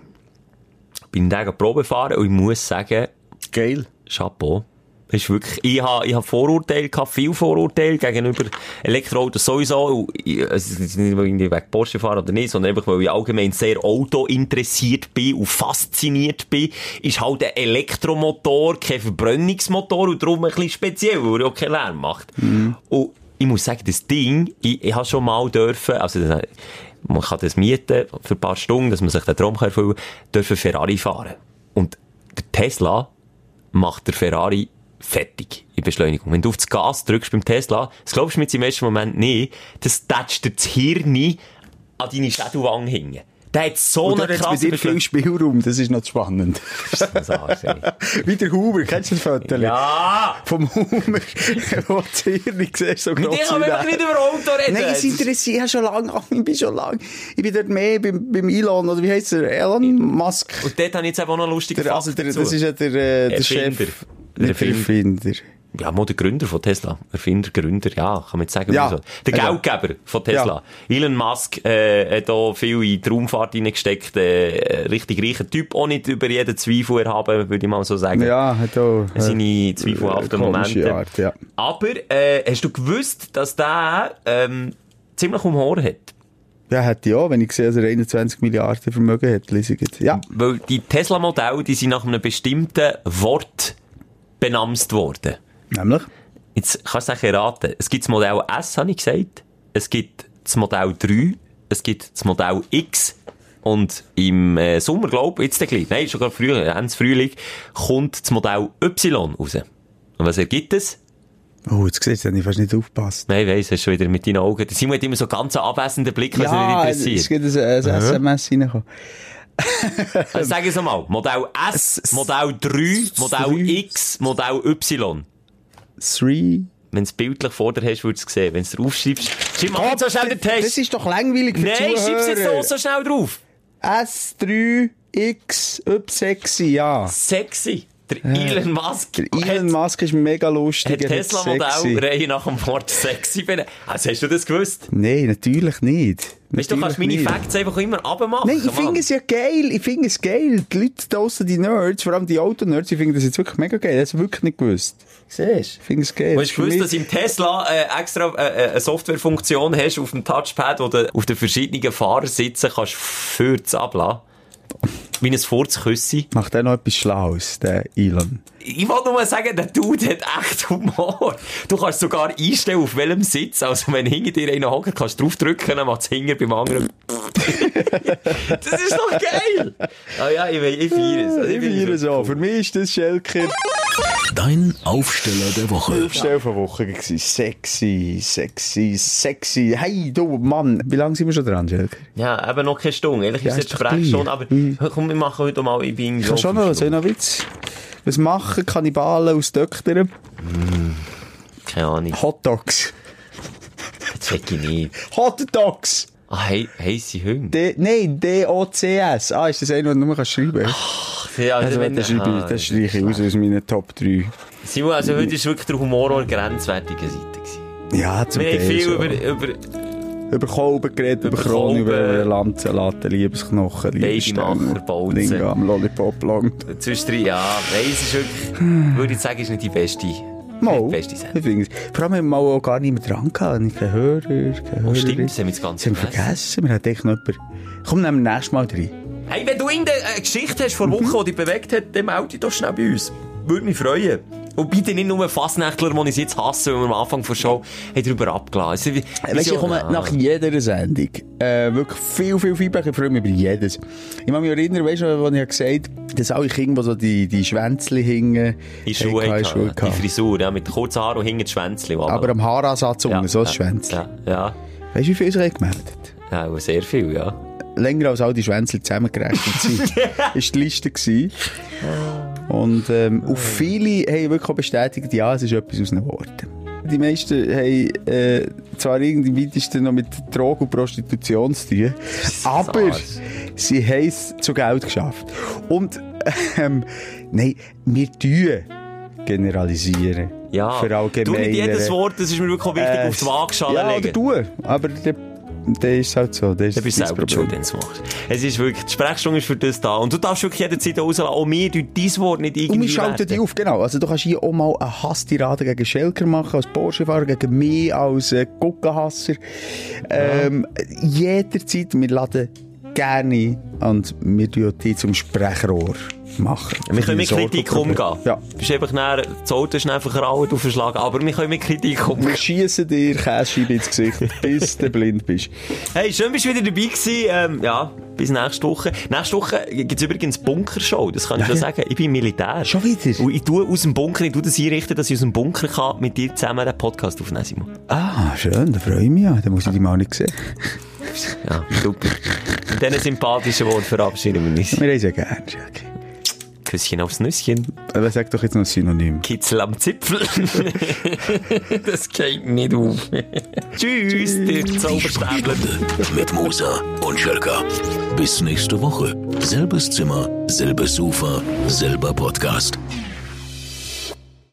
[SPEAKER 6] bin da gerade Probe fahren und ich muss sagen,
[SPEAKER 7] Geil.
[SPEAKER 6] Chapeau. Ist wirklich, ich habe, ich habe Vorurteile gehabt, viel Vorurteile gegenüber Elektroautos sowieso. Und ich- Es ist nicht weil ich irgendwie wegen Porsche fahren oder nicht, sondern einfach, weil ich allgemein sehr autointeressiert bin und fasziniert bin. Ist halt ein Elektromotor, kein Verbrennungsmotor und darum ein bisschen speziell, weil er auch keinen Lärm macht. Und ich muss sagen, das Ding, ich, ich habe schon mal dürfen, also das, man kann das mieten für ein paar Stunden, dass man sich den Traum kann erfüllen kann, dürfen Ferrari fahren. Und der Tesla, macht der Ferrari fertig in Beschleunigung. Wenn du auf das Gas drückst beim Tesla, das glaubst du mir jetzt im ersten Moment nicht, das tätscht dir das Hirn an deine Schädelwange hängen. Der hat so
[SPEAKER 7] Und
[SPEAKER 6] eine
[SPEAKER 7] dann hat
[SPEAKER 6] krasse
[SPEAKER 7] bei dir viel
[SPEAKER 6] Beschleunigung.
[SPEAKER 7] Spielraum, das ist noch spannend.
[SPEAKER 6] Das Arsch, ey.
[SPEAKER 7] Wie der Huber, kennst du das Foto?
[SPEAKER 6] Ja!
[SPEAKER 7] Vom Huber, wo du Hirn siehst, so groß
[SPEAKER 6] Mit dir kann man einfach nicht über Auto reden.
[SPEAKER 7] Nein, es interessiert ja schon lange, ach, ich bin schon lange. Ich bin dort mehr beim, beim Elon, oder wie heißt er? Elon Musk.
[SPEAKER 6] Und dort habe ich jetzt eben auch noch lustig
[SPEAKER 7] Der, also der, das ist ja der, äh, der Chef.
[SPEAKER 6] Erfinder. Der
[SPEAKER 7] Der Erfinder.
[SPEAKER 6] Ja, mal der Gründer von Tesla. Erfinder, Gründer, ja, kann man jetzt sagen. wie
[SPEAKER 7] Ja.
[SPEAKER 6] So. Der
[SPEAKER 7] Ja.
[SPEAKER 6] Geldgeber von Tesla. Elon Musk äh, hat da viel in die Raumfahrt hineingesteckt. Äh, richtig reicher Typ, auch nicht über jeden Zweifel erhaben, würde ich mal so sagen.
[SPEAKER 7] Ja, hat auch. äh,
[SPEAKER 6] Seine zweifelhaften
[SPEAKER 7] komische
[SPEAKER 6] Momente.
[SPEAKER 7] Art, ja.
[SPEAKER 6] Aber äh, hast du gewusst, dass der ähm, ziemlich um Haar hat?
[SPEAKER 7] Ja, hätte ich auch, wenn ich sehe, dass er 21 Milliarden Vermögen hat, lese ich jetzt. Ja.
[SPEAKER 6] Weil die Tesla-Modelle, die sind nach einem bestimmten Wort benamst worden.
[SPEAKER 7] Nämlich?
[SPEAKER 6] Jetzt kannst du es eigentlich erraten. Es gibt das Modell S, habe ich gesagt. Es gibt das Modell 3. Es gibt das Modell X. Und im äh, Sommer, glaube ich, jetzt gleich, nein, schon gerade früher, Ende Frühling, kommt das Modell Y raus. Und was ergibt es?
[SPEAKER 7] Oh, jetzt siehst du, habe ich fast nicht aufgepasst.
[SPEAKER 6] Nein, ich weiss, hast schon wieder mit deinen Augen. Der Simon hat immer so ganz einen abwesenden Blick,
[SPEAKER 7] es
[SPEAKER 6] was ihn
[SPEAKER 7] es
[SPEAKER 6] interessiert.
[SPEAKER 7] gibt äh, ein, ein SMS reingekommen.
[SPEAKER 6] Also, sag es nochmal. Modell S, Modell 3, Modell
[SPEAKER 7] Drei.
[SPEAKER 6] X, Modell Y.
[SPEAKER 7] Three.
[SPEAKER 6] Wenn du es bildlich vor dir hast, würdest du es sehen. Wenn du es draufschreibst, schreib mal so schnell den Test.
[SPEAKER 7] Das ist doch langweilig für
[SPEAKER 6] Nein,
[SPEAKER 7] Zuhörer.
[SPEAKER 6] schreib's jetzt so, so schnell drauf.
[SPEAKER 7] S3, X, Y6, ja.
[SPEAKER 6] Sexy. Der Elon Musk
[SPEAKER 7] Der Elon
[SPEAKER 6] Oh, hat,
[SPEAKER 7] Musk ist mega lustig.
[SPEAKER 6] hat
[SPEAKER 7] er hat
[SPEAKER 6] Tesla
[SPEAKER 7] sexy.
[SPEAKER 6] Modell Reihe nach dem Wort sexy benannt. Also hast du das gewusst?
[SPEAKER 7] Nein, natürlich nicht.
[SPEAKER 6] Weißt du, du kannst meine
[SPEAKER 7] Natürlich nicht.
[SPEAKER 6] Facts einfach immer abmachen.
[SPEAKER 7] Nein, ich finde es ja geil. Ich finde es geil. Die Leute draussen, die Nerds, vor allem die Autonerds, ich finde das jetzt wirklich mega geil. Das habe ich wirklich nicht gewusst. Ich
[SPEAKER 6] Siehst
[SPEAKER 7] finde es geil.
[SPEAKER 6] du?
[SPEAKER 7] Das
[SPEAKER 6] Hast
[SPEAKER 7] ist
[SPEAKER 6] du gewusst,
[SPEAKER 7] für
[SPEAKER 6] dass
[SPEAKER 7] mich-
[SPEAKER 6] im Tesla äh, extra äh, äh, eine Softwarefunktion hast auf dem Touchpad, wo du auf den verschiedenen Fahrersitzen kannst Fürz ablassen? Wie ein Furzküssi.
[SPEAKER 7] Macht er noch etwas Schlaues, der Elon?
[SPEAKER 6] Ich wollte nur sagen, der Dude hat echt Humor. Du kannst sogar einstellen, auf welchem Sitz. Also, wenn hinter dir einer hockt, kannst du draufdrücken, dann macht es hinter beim anderen. das ist doch geil! Ah ja, ich, we- ich feiere es. Also,
[SPEAKER 7] Ich
[SPEAKER 6] bin
[SPEAKER 7] feiere so. Für mich ist das Schelker
[SPEAKER 5] Dein Aufsteller der Woche.
[SPEAKER 7] Aufstell von Woche gewesen. Sexy, sexy, sexy. Hey, du Mann, wie lange sind wir schon dran, Schelker?
[SPEAKER 6] Ja, eben noch keine Stunde. Ehrlich,
[SPEAKER 7] Ja,
[SPEAKER 6] ist jetzt
[SPEAKER 7] ist doch gleich.
[SPEAKER 6] Sprechstunde, aber
[SPEAKER 7] Mhm.
[SPEAKER 6] komm, wir machen heute mal, ich bin
[SPEAKER 7] Kannst schon noch, soll ich noch einen Witz? Was machen Kannibalen aus Döktern?
[SPEAKER 6] Keine Ahnung,
[SPEAKER 7] Hot Dogs.
[SPEAKER 6] check ich nicht.
[SPEAKER 7] Hot Dogs!
[SPEAKER 6] Ah, he heisse Hunde.
[SPEAKER 7] D Nein, D-O-C-S. Ah, ist das einer, den du nur kannst schreiben kannst?
[SPEAKER 6] Ja,
[SPEAKER 7] Also,
[SPEAKER 6] wenn-
[SPEAKER 7] das schreibe ich,
[SPEAKER 6] Ah,
[SPEAKER 7] das streiche ich aus, aus meinen Top 3.
[SPEAKER 6] Simon, also heute war wirklich der Humor an der grenzwertigen Seite. gewesen.
[SPEAKER 7] Ja, zum
[SPEAKER 6] Wir haben
[SPEAKER 7] Teil
[SPEAKER 6] viel
[SPEAKER 7] schon.
[SPEAKER 6] über, über
[SPEAKER 7] Über Kolben geredet, über
[SPEAKER 6] Über
[SPEAKER 7] Kronen,
[SPEAKER 6] Kolben.
[SPEAKER 7] über Lanzenlatten, Liebeskochen,
[SPEAKER 6] Macher, Bolzen.
[SPEAKER 7] Ringe am Lollipop langt.
[SPEAKER 6] zwischendrin, ja, nein, es ist wirklich,
[SPEAKER 7] Hm.
[SPEAKER 6] würde ich sagen, ist nicht die beste,
[SPEAKER 7] Mal.
[SPEAKER 6] nicht die beste
[SPEAKER 7] Ich
[SPEAKER 6] Sendung.
[SPEAKER 7] finde es- Vor allem haben wir mal auch gar nicht mehr dran gehabt. Ich keine Hörer, keine
[SPEAKER 6] Oh,
[SPEAKER 7] Hörer.
[SPEAKER 6] stimmt, das haben wir jetzt ganz
[SPEAKER 7] Das haben wir
[SPEAKER 6] vergessen.
[SPEAKER 7] vergessen. Wir hatten echt noch jemanden. Komm, nehmen wir nächstes Mal rein.
[SPEAKER 6] Hey, wenn du irgendeine äh, Geschichte hast vor
[SPEAKER 7] Mhm.
[SPEAKER 6] Wochen, die dich bewegt hat, dann melde dich doch schnell bei uns. Würde mich freuen. Und bitte nicht nur Fassnächtler, die uns jetzt hassen, weil wir am Anfang der Show haben darüber abgelassen Also, haben.
[SPEAKER 7] Äh, Weißt du, ich komme nach jeder Sendung äh, wirklich viel, viel Feedback. Ich freue mich über jedes. Ich kann mich erinnern, weißt du, als ich gesagt habe, dass alle Kinder, die so die, die Schwänzchen hingen,
[SPEAKER 6] die Schuhe,
[SPEAKER 7] hatten,
[SPEAKER 6] hatte,
[SPEAKER 7] Schuhe
[SPEAKER 6] eh, die
[SPEAKER 7] hatten.
[SPEAKER 6] Frisur, ja, mit kurzen Haaren und hinten das Schwänzchen. das
[SPEAKER 7] Aber
[SPEAKER 6] runter-
[SPEAKER 7] am Haaransatz unten,
[SPEAKER 6] ja,
[SPEAKER 7] so ein
[SPEAKER 6] ja,
[SPEAKER 7] Schwänzchen.
[SPEAKER 6] Ja, ja,
[SPEAKER 7] Weißt du, wie viele sich haben gemeldet?
[SPEAKER 6] ja, aber sehr viel, ja.
[SPEAKER 7] Länger als all die Schwänzchen zusammengerechnet sind, ist die Liste gewesen. Und ähm, auf viele haben wirklich auch bestätigt, ja, es ist etwas aus den Worten. Die meisten haben äh, zwar irgendwie am weitesten noch mit Drogen und Prostitution zu tun, aber sie haben es zu Geld geschafft. Und, ähm, nein, wir tun generalisieren.
[SPEAKER 6] Ja, du
[SPEAKER 7] verallgemeinern.
[SPEAKER 6] nicht jedes Wort, das ist mir wirklich auch wichtig,
[SPEAKER 7] Äh,
[SPEAKER 6] auf die Waagschale
[SPEAKER 7] ja,
[SPEAKER 6] legen.
[SPEAKER 7] oder du. Aber der, der ist halt so. Der ist
[SPEAKER 6] Du bist
[SPEAKER 7] dein
[SPEAKER 6] selber
[SPEAKER 7] Problem.
[SPEAKER 6] schuld, wenn du es machst. Es ist wirklich, die Sprechstunde ist für das da. Und du darfst wirklich jederzeit rauslassen, auch mir tut dein Wort nicht irgendwie
[SPEAKER 7] Und wir schalten die
[SPEAKER 6] werten.
[SPEAKER 7] auf, genau. Also du kannst hier auch mal eine Hasstirade gegen Schelker machen, als Porsche-Fahrer, gegen mich, als äh, Guckenhasser. Ähm, Jederzeit, wir laden gerne und wir tun die zum Sprechrohr machen.
[SPEAKER 6] Wir können mit
[SPEAKER 7] Für die
[SPEAKER 6] Kritik
[SPEAKER 7] Sorgenprobleme.
[SPEAKER 6] umgehen.
[SPEAKER 7] Ja.
[SPEAKER 6] Du bist einfach näher, das Auto ist einfach raut auf den Schlag, aber wir können mit Kritik
[SPEAKER 7] Wir
[SPEAKER 6] umgehen.
[SPEAKER 7] schießen dir Käsescheibe ins Gesicht, bis du blind bist.
[SPEAKER 6] Hey, schön bist du wieder dabei gewesen. Ähm, ja, bis nächste Woche. Nächste Woche gibt es übrigens Bunkershow, das kann ich schon sagen. Ich bin Militär.
[SPEAKER 7] Schon wieder?
[SPEAKER 6] Und ich tue aus dem Bunker, ich tue das einrichten, dass ich aus dem Bunker kann mit dir zusammen den Podcast aufnehmen, Simon.
[SPEAKER 7] Ah, schön, da freue ich mich. ja. Da muss ich dich mal nicht sehen.
[SPEAKER 6] Ja, super. Mit diesen sympathischen Worten verabschieden wir uns.
[SPEAKER 7] Wir haben es ja gerne, Jackie.
[SPEAKER 6] Küsschen aufs Nüsschen.
[SPEAKER 7] Aber sag doch jetzt noch ein Synonym.
[SPEAKER 6] Kitzel am Zipfel. das geht nicht auf. Tschüss, der Zauberstäbler.
[SPEAKER 5] Mit Musa und Schelka. Bis nächste Woche. Selbes Zimmer, selbes Sofa, selber Podcast.